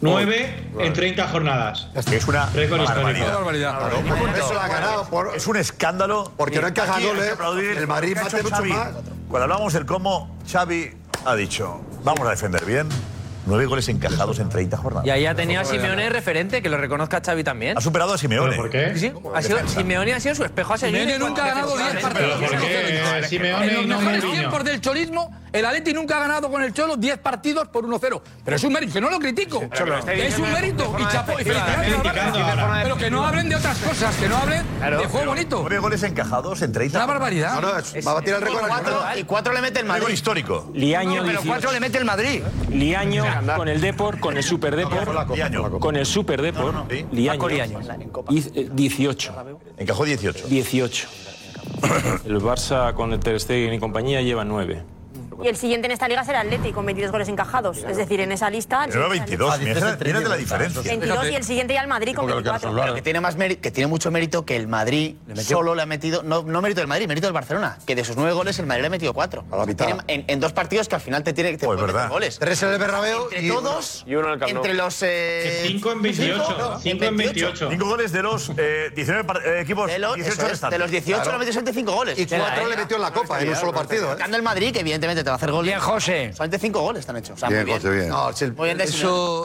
Nueve en 30 jornadas.
Es una
Récord histórico.
barbaridad. Claro, por eso lo ha
ganado,
Es un escándalo.
Porque no encaja
Aquí hay ¿eh?
goles,
que aplaudir
el Madrid
lo que ha
mete
hecho
mucho
Xavi.
más.
Cuando hablamos del cómo, Xavi ha dicho, vamos a defender bien. Nueve goles encajados en 30 jornadas.
Y ahí ha tenido a Simeone referente, que lo reconozca Xavi también.
Ha superado a Simeone.
¿Pero por qué? Sí, sí. Ha sido- Simeone ha sido su espejo a seguir.
Simeone nunca ha ganado 10 partidos.
Simeone
en los
no
mejores
Mourinho.
tiempos del chorismo El Atleti nunca ha ganado con el Cholo 10 partidos por 1-0. Pero es un mérito, que no lo critico.
pero que lo estáis
es un
diciendo de- de
mérito.
forma
Y chapó. Y
despectiva,
felicidades,
estáis
Navarra.
criticando de forma
Pero que no
despectiva.
hablen de otras cosas, que no hablen de juego bonito.
Nueve goles encajados en 30.
Una barbaridad. No, no, es- va a batir el récord
Cuatro-
nacional.
y cuatro le mete el Madrid. histórico.
Liaño,
No, pero cuatro le
mete el Madrid. Liaño con el Depor, con el Super Depor. Con el Super Depor. Liaño.
Paco Liaño.
Hiz- eh, 18.
Encajó 18.
18. El Barça con el Ter Stegen y compañía lleva 9.
Y el siguiente en esta liga será Atleti, con 22 goles encajados. Es decir, en esa lista... el
Pero
siguiente será
22, mírate mírate la diferencia.
Atleti. 22 y el siguiente ya el Madrid con 24.
Pero que tiene, más mérito- que tiene mucho mérito que el Madrid solo le ha metido, no, no mérito del Madrid, mérito del Barcelona, que de sus nueve goles el Madrid le ha metido cuatro. Tiene- en, en dos partidos que al final te tiene que te puede meter goles.
Tres en el Bernabéu
Entre
y-
todos,
y uno en el Camp Nou.
entre los... Eh, cinco, no,
5 goles de los eh, 19 par- eh, equipos.
De los,
18
eso es,
restantes.
de los 18
Claro.
le metió solamente 5 goles.
Y cuatro le metió en la Copa, en un solo partido, ¿eh?
Tocando el Madrid, que evidentemente te va a hacer goles. Bien, José. Solamente 5 goles te han hecho. O sea,
Bien,
muy bien.
José, bien.
No, si el- muy bien de
Eso,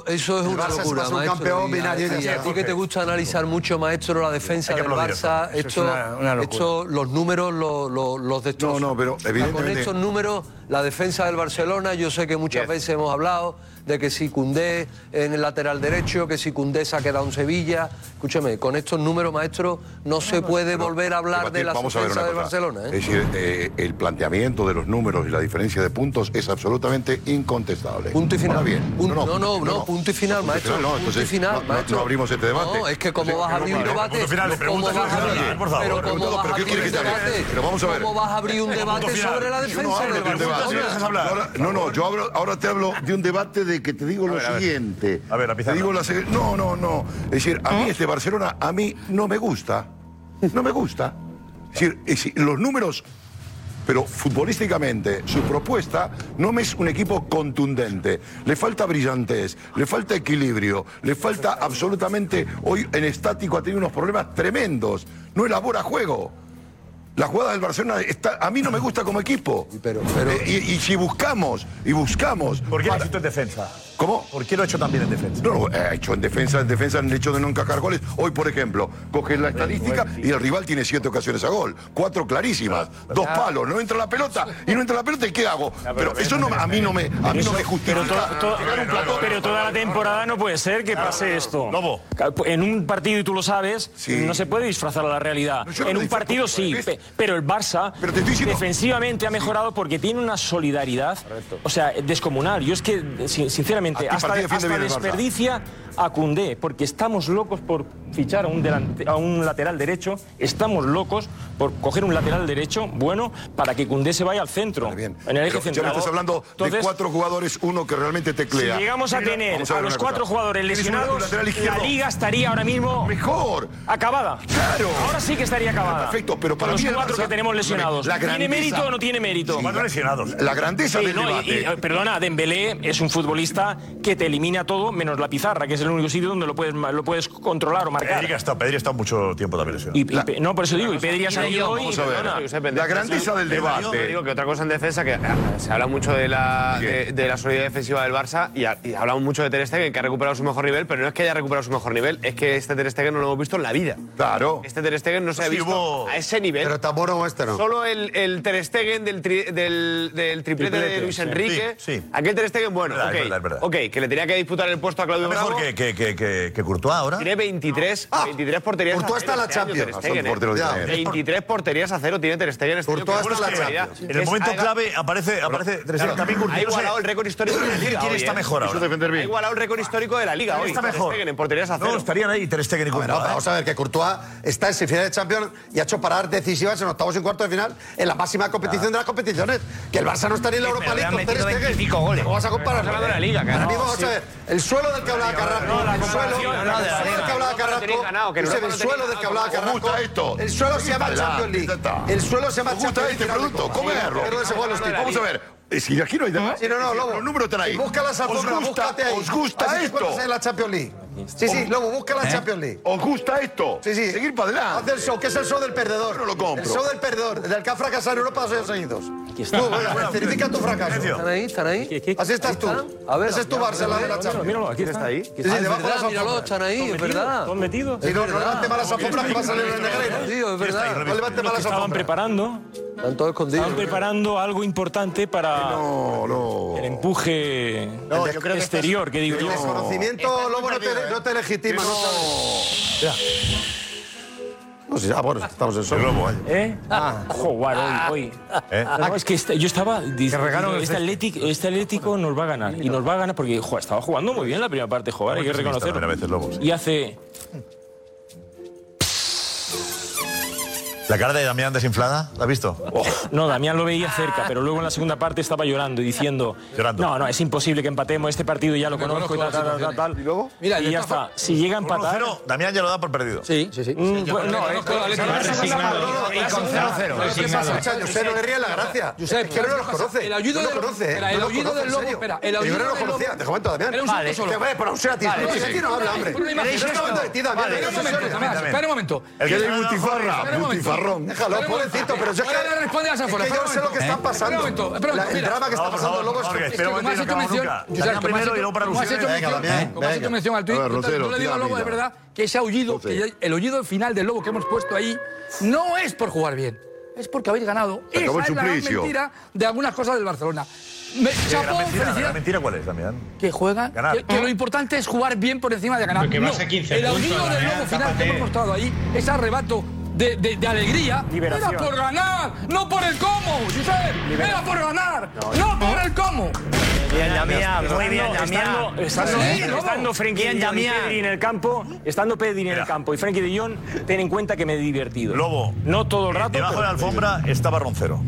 Simeone.
eso es
El
una
Barça se
locura,
pasa un
maestro.
campeón
Y a-
binario de
y a ti
Santiago.
que te gusta analizar mucho, maestro, la defensa
Hay que
del
aplaudir eso.
Barça.
Eso es
Esto,
una- una locura.
esto, los números lo- lo- los destrozan.
No, no, pero
O sea, Con
evidentemente-
estos números, la defensa del Barcelona, yo sé que muchas veces hemos hablado de que si Cundé en el lateral derecho, que si Cundé se ha quedado en Sevilla. Escúchame, con estos números, maestro, no se puede volver a hablar de la
Vamos a ver
defensa
una
del
cosa.
Barcelona. ¿eh?
Es decir, eh, el planteamiento de los números y la diferencia de puntos es absolutamente incontestable. Punto y final. bien.
Punto- no, no, no, punto y final, maestro.
final no,
punto
entonces
y final,
no- no-
maestro.
no abrimos este debate.
No, es que como
Sí,
vas a abrir un
pero-
debate.
punto final, le
¿cómo
preguntas
vas a
a
abrir-
nadie, por favor.
pero ¿cómo
Le pregunto,
vas a
¿pero qué
abrir un
quieres que te haga?
debate?
Pero vamos a ver.
¿Cómo vas a abrir un
Punto
debate
final.
sobre la
Yo no
defensa
hablo
del
de un debate.
Barcelona?
Ahora- No, no, yo hablo- ahora te hablo de un debate de que te digo lo siguiente. A ver, Te digo la se- No, no, no. Es decir, a mí este Barcelona, a mí no me gusta. No me gusta. Es decir, es decir, los números pero futbolísticamente su propuesta no es un equipo contundente. Le falta brillantez, le falta equilibrio, le falta absolutamente. Hoy en estático ha tenido unos problemas tremendos. No elabora juego. La jugada del Barcelona está, a mí no me gusta como equipo. Eh, y, y si buscamos, y buscamos. ¿Por qué lo ha hecho en defensa? ¿Cómo? ¿Por qué lo ha hecho también en defensa? No, lo ha hecho en defensa, en defensa en el hecho de no encajar goles. Hoy, por ejemplo, coges la estadística y el rival tiene siete ocasiones a gol. Cuatro clarísimas, dos palos, no entra la pelota, y no entra la pelota, ¿y qué hago? Pero eso no, a mí no me, a mí no me
Pero,
justifica.
to- to-
llegar a un
pero
plato-
toda la temporada no puede ser que pase esto. pues, En un partido, y tú lo sabes, no se puede disfrazar a la realidad.
yo no
en
lo
un
disfrazo,
partido sí, pe- pero el Barça defensivamente ha mejorado porque tiene una solidaridad, o sea, descomunal. Yo es que, sin- sinceramente,
¿A qué
hasta,
partido defiende
hasta
bien el Barça?
desperdicia a Cundé, porque estamos locos por fichar a un, delante- a un lateral derecho, estamos locos por coger un lateral derecho bueno para que Cundé se vaya al centro, en el eje
Pero ya me
central.
estás hablando de
Entonces,
cuatro jugadores, uno que realmente teclea.
si llegamos a
Mira,
tener
vamos
a,
ver
los
una cosa.
cuatro jugadores
Tienes un
lesionados,
lateral
la
izquierdo.
liga estaría ahora mismo
mejor,
acabada.
Claro.
Ahora sí que estaría acabada.
Perfecto, pero para
Con
mí
los
el
cuatro
Barça-
que tenemos lesionados.
La
¿Tiene
grandeza-
mérito o no tiene mérito?
Sí, Cuatro la- lesionados. la grandeza del debate.
y, eh, perdona, Dembélé es un futbolista que te elimina todo menos la pizarra, que es el único sitio donde lo puedes ma- lo puedes controlar o marcar.
Pedri ha estado, Pedri ha estado mucho tiempo también lesionado.
Y- y Pe- no, por eso digo, y Pedri ha salido hoy.
Vamos
y
a ver.
perdona.
Josep, en defensa- en defensa, yo Digo que otra cosa en defensa que ah, se habla mucho de la, de, de la solidez defensiva del Barça y, ha- y hablamos mucho de Ter Stegen que ha recuperado su mejor nivel, pero no es que haya recuperado su mejor nivel, es que este Ter Stegen no lo hemos visto en la vida.
Claro.
Este Ter Stegen no se ha visto a ese nivel.
Pero tan bueno como este no.
Solo el, el Ter Stegen del, tri- del, del triplete,
Triplete,
de Luis
sí.
Enrique.
Sí, sí.
Aquel Ter Stegen, bueno,
Verdad,
ok,
es verdad, es verdad.
ok, que le tenía que disputar el puesto a Claudio
Mejor
Bravo.
que, que, que, que, que Courtois ahora.
Tiene 23,
Ah,
23 porterías
Courtois
a cero
está en la
este año,
Champions.
Ter Stegen,
Son porteros
¿eh?
de Champions.
23 porterías a cero tiene Ter Stegen este año, que
Bueno,
es
es
una
que
barbaridad.
En el
Es
momento
algo-
clave aparece, aparece Ter Stegen.
Claro.
También
ha
Courtois.
igualado
¿eh?
el récord histórico de la liga.
¿Quién
hoy,
está
¿eh?
mejor ahora?
Ha igualado el récord histórico de la liga hoy.
está
Ter
mejor?
Stegen en porterías a
No,
cero.
estarían ahí Ter Stegen y
A ver,
Courtois.
vamos, vamos a ver que Courtois está en semifinales de Champions y ha hecho paradas decisivas en octavos y cuartos de final en la máxima competición de las competiciones. Que el Barça no está ni en la
Sí,
Europa
pero le
League
han
con Ter
metido
Stegen.
25 goles.
¿Cómo vas a comparar?
Estamos hablando de la Liga, claro.
Ahora mismo,
No,
vamos
sí.
a ver. El suelo del que hablaba Carrasco. El suelo el
comparación, no, de la
suelo del
Liga.
que hablaba
No, que no tenéis ganado,
Carrasco.
que en
Josep, El
Europa no
suelo
tenéis
del que
ganado.
hablaba
¿Os
Carrasco.
gusta esto?
El suelo se llama
Quítala.
Champions League.
Quítala.
El suelo se llama
¿Os gusta
Champions
este
League.
producto? Comerlo.
Pero de ese juego, los tipos.
Vamos a ver. eh, Si aquí no hay nada.
Sí, no, no, Lobo.
Los números están ahí.
Busca las
¿Os
alfombras,
gusta,
búscate ahí.
¿Os gusta
Así que
esto?
cuando sea en la Champions League. Sí, sí, Lobo, busca la
¿Eh?
Champions League.
¿Os gusta esto?
Sí, sí.
Seguir para adelante.
Haz el show, que es el show del perdedor.
Yo no lo compro.
El show del perdedor, del que ha fracasado en Europa dos años seguidos.
Aquí está.
Tú, bueno, certifica tu fracaso.
¿Están ahí? ¿Están ahí?
Así estás tú. Ese es tu Barça, la de la Champions.
Míralo, aquí está. ahí.
Sí, sí, debajo de las
míralo,
alfombras.
están ahí, es verdad.
¿Están metidos?
Sí, no, no levante malas alfombras que va a salir en el negrero.
Tío, es verdad.
No levante malas Estaban preparando.
Están todos escondidos.
Estaban preparando algo importante para el empuje
No, yo creo que
exterior, que digo
El
yo.
desconocimiento, Lobo, no te, no te legitima. No.
No sé, ah, bueno, estamos en solo.
¿Eh? Ah. Joder, hoy. hoy.
¿Eh?
No, es que esta- yo estaba diciendo,
regaron el
este,
césped.
Atlético, este Atlético nos va a ganar. Y nos va a ganar porque jo, estaba jugando muy bien la primera parte, joder, hay que reconocerlo. Y hace...
La cara de Damián desinflada, ¿la has visto?
Oh. No, Damián lo veía cerca, pero luego en la segunda parte estaba llorando y diciendo... No, no, es imposible que empatemos este partido, ya lo conozco y tal, tal, tal, tal. ¿Y luego?
Mira,
y
de
ya
esta
está. Si llega a empatar...
Damián ya lo da por perdido.
Sí, sí, sí. Mm, bueno, no, eh,
Y con 0-0. ¿Qué pasa, Chayo? Usted no le ríe la gracia.
Josep,
Es que no
¿sabes
los
qué pasa?
conoce.
El ayudo
No los
del-
conoce. ¿eh?
espera,
No
el
los
ayudo
conoce,
del
en
lobo,
serio.
espera, el
Pero
ayudo
Yo no los
del lobo.
conocía. Te comento, Damián.
Era un
Vale.
solo.
Te voy a poner un ser a ti.
Vale,
Este
sí.
tío no habla, hombre.
Pero una imagen,
Yo no
esto.
hablo de ti, Damián.
Vale,
No
espera un momento,
sesiones.
Damián, espera un momento.
El que
Espera
es
un momento,
butifarra,
espera un momento.
butifarrón. Déjalo,
Espera un momento.
pobrecito, pero yo que-
Ahora le responde las
es que
afueras,
yo
espera
sé
un
lo que
momento.
están pasando.
Espera un momento, espera un
La-
momento,
el
mira.
drama que está
No, por
pasando
favor,
Lobo es
Jorge,
que-
espera
es
un
que como has
momento, no
hecho
acabamos
mención-
nunca.
Josep,
Damián
como has
primero
hecho-
y luego para
como has
Lucía.
hecho
Venga,
mención-
Damián,
como has hecho
venga.
mención al tuit,
A ver,
yo también
Rosero,
lo
tira
digo
a
al
Lobo,
Lobo,
de
de
verdad, que ese aullido, que ya- el aullido final del lobo que hemos puesto ahí, no es por jugar bien, es porque habéis ganado.
Se
Esa
acabó
es
el
la gran
suplicio.
mentira de algunas cosas del Barcelona. Me,
Qué
chapó,
gran mentira, la
felicidades.
gran mentira cuál es, Damián?
que juegan,
Ganar.
que, que lo importante es jugar bien por encima de ganar.
Pero que vas a 15
el
puntos,
aullido del
Damián,
lobo final que
tápate.
hemos mostrado ahí, ese arrebato de, de- de alegría,
Liberación.
era por ganar, no por el cómo, Josep, era por ganar, no, por el cómo.
Bien,
Damián, muy bien, Damián.
Estando, estando,
Sí,
estando,
lobo.
Frenkie
Bien,
de Jong y
Damián.
Pedri en el campo, estando Pedri en el campo y Frenkie de Jong, ten en cuenta que me he divertido. Lobo. No todo el rato.
Debajo de la alfombra estaba Roncero.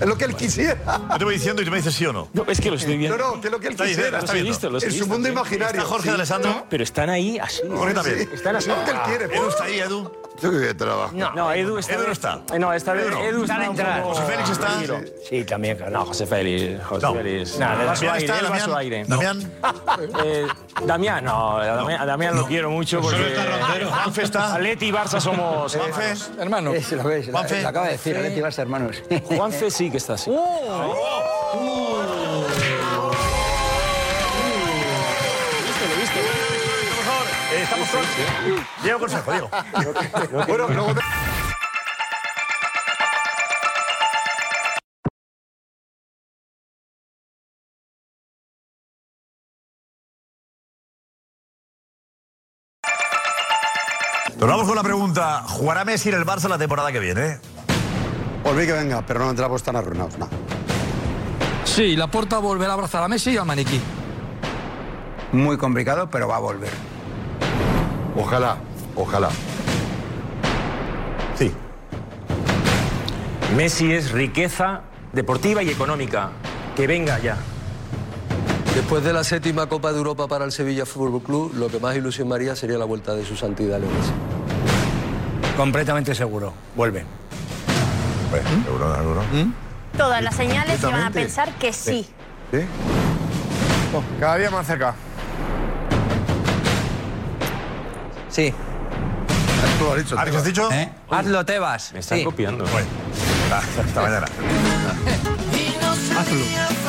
Es lo que él quisiera.
Yo te voy diciendo y tú me dices sí o no.
No, es que lo estoy viendo.
No, no, que es lo que él
Está bien,
quisiera.
está bien.
Listo, los
En
he
su
visto,
mundo
sí.
imaginario.
Está Jorge
Sí.
Alessandro. Pero están ahí así.
Jorge también.
Están así. Ah,
Es lo que él quiere.
Edu está ahí, Edu.
Yo que voy a trabajar.
No, no, Edu está.
Edu no está.
Eh, No, esta vez
Edu no.
Edu está.
Dale
un
entrar.
poco-
José Félix está.
tranquilo. Sí, también. claro. No, José Félix. José
No.
Félix.
No,
él va a su
Damián
aire,
está,
él va a su
Damián.
aire.
Damián.
Eh, Damián, no, a Damián, a Damián lo quiero mucho porque.
Juanfe está.
Atleti y Barça somos.
Juanfe.
Hermano.
Eh, se lo ves, lo,
Juanfe.
lo acaba de decir, Atleti Barça, hermanos.
Juanfe sí que está así.
Uh. Eh, Estamos con. Diego Consejo, Diego.
Bueno, luego te-
Tornamos con la pregunta. ¿Jugará Messi en el Barça la temporada que viene?
Volví que venga, pero no entramos tan arruinados, no.
Sí, la porta volverá a abrazar a Messi y al maniquí.
Muy complicado, pero va a volver.
Ojalá, ojalá.
Sí.
Messi es riqueza deportiva y económica. Que venga ya.
Después de la séptima Copa de Europa para el Sevilla Fútbol Club, lo que más ilusión me haría sería la vuelta de su santidad Leo Messi.
Completamente seguro. Vuelve.
Seguro, seguro.
Todas las señales iban a
Completamente.
pensar que sí.
Cada día más cerca.
Sí.
Tú lo has dicho.
Alex, ¿has dicho?
¿Eh? Hazlo, Tebas.
Me están
Sí.
copiando.
Bueno, hasta, hasta mañana.
Hazlo.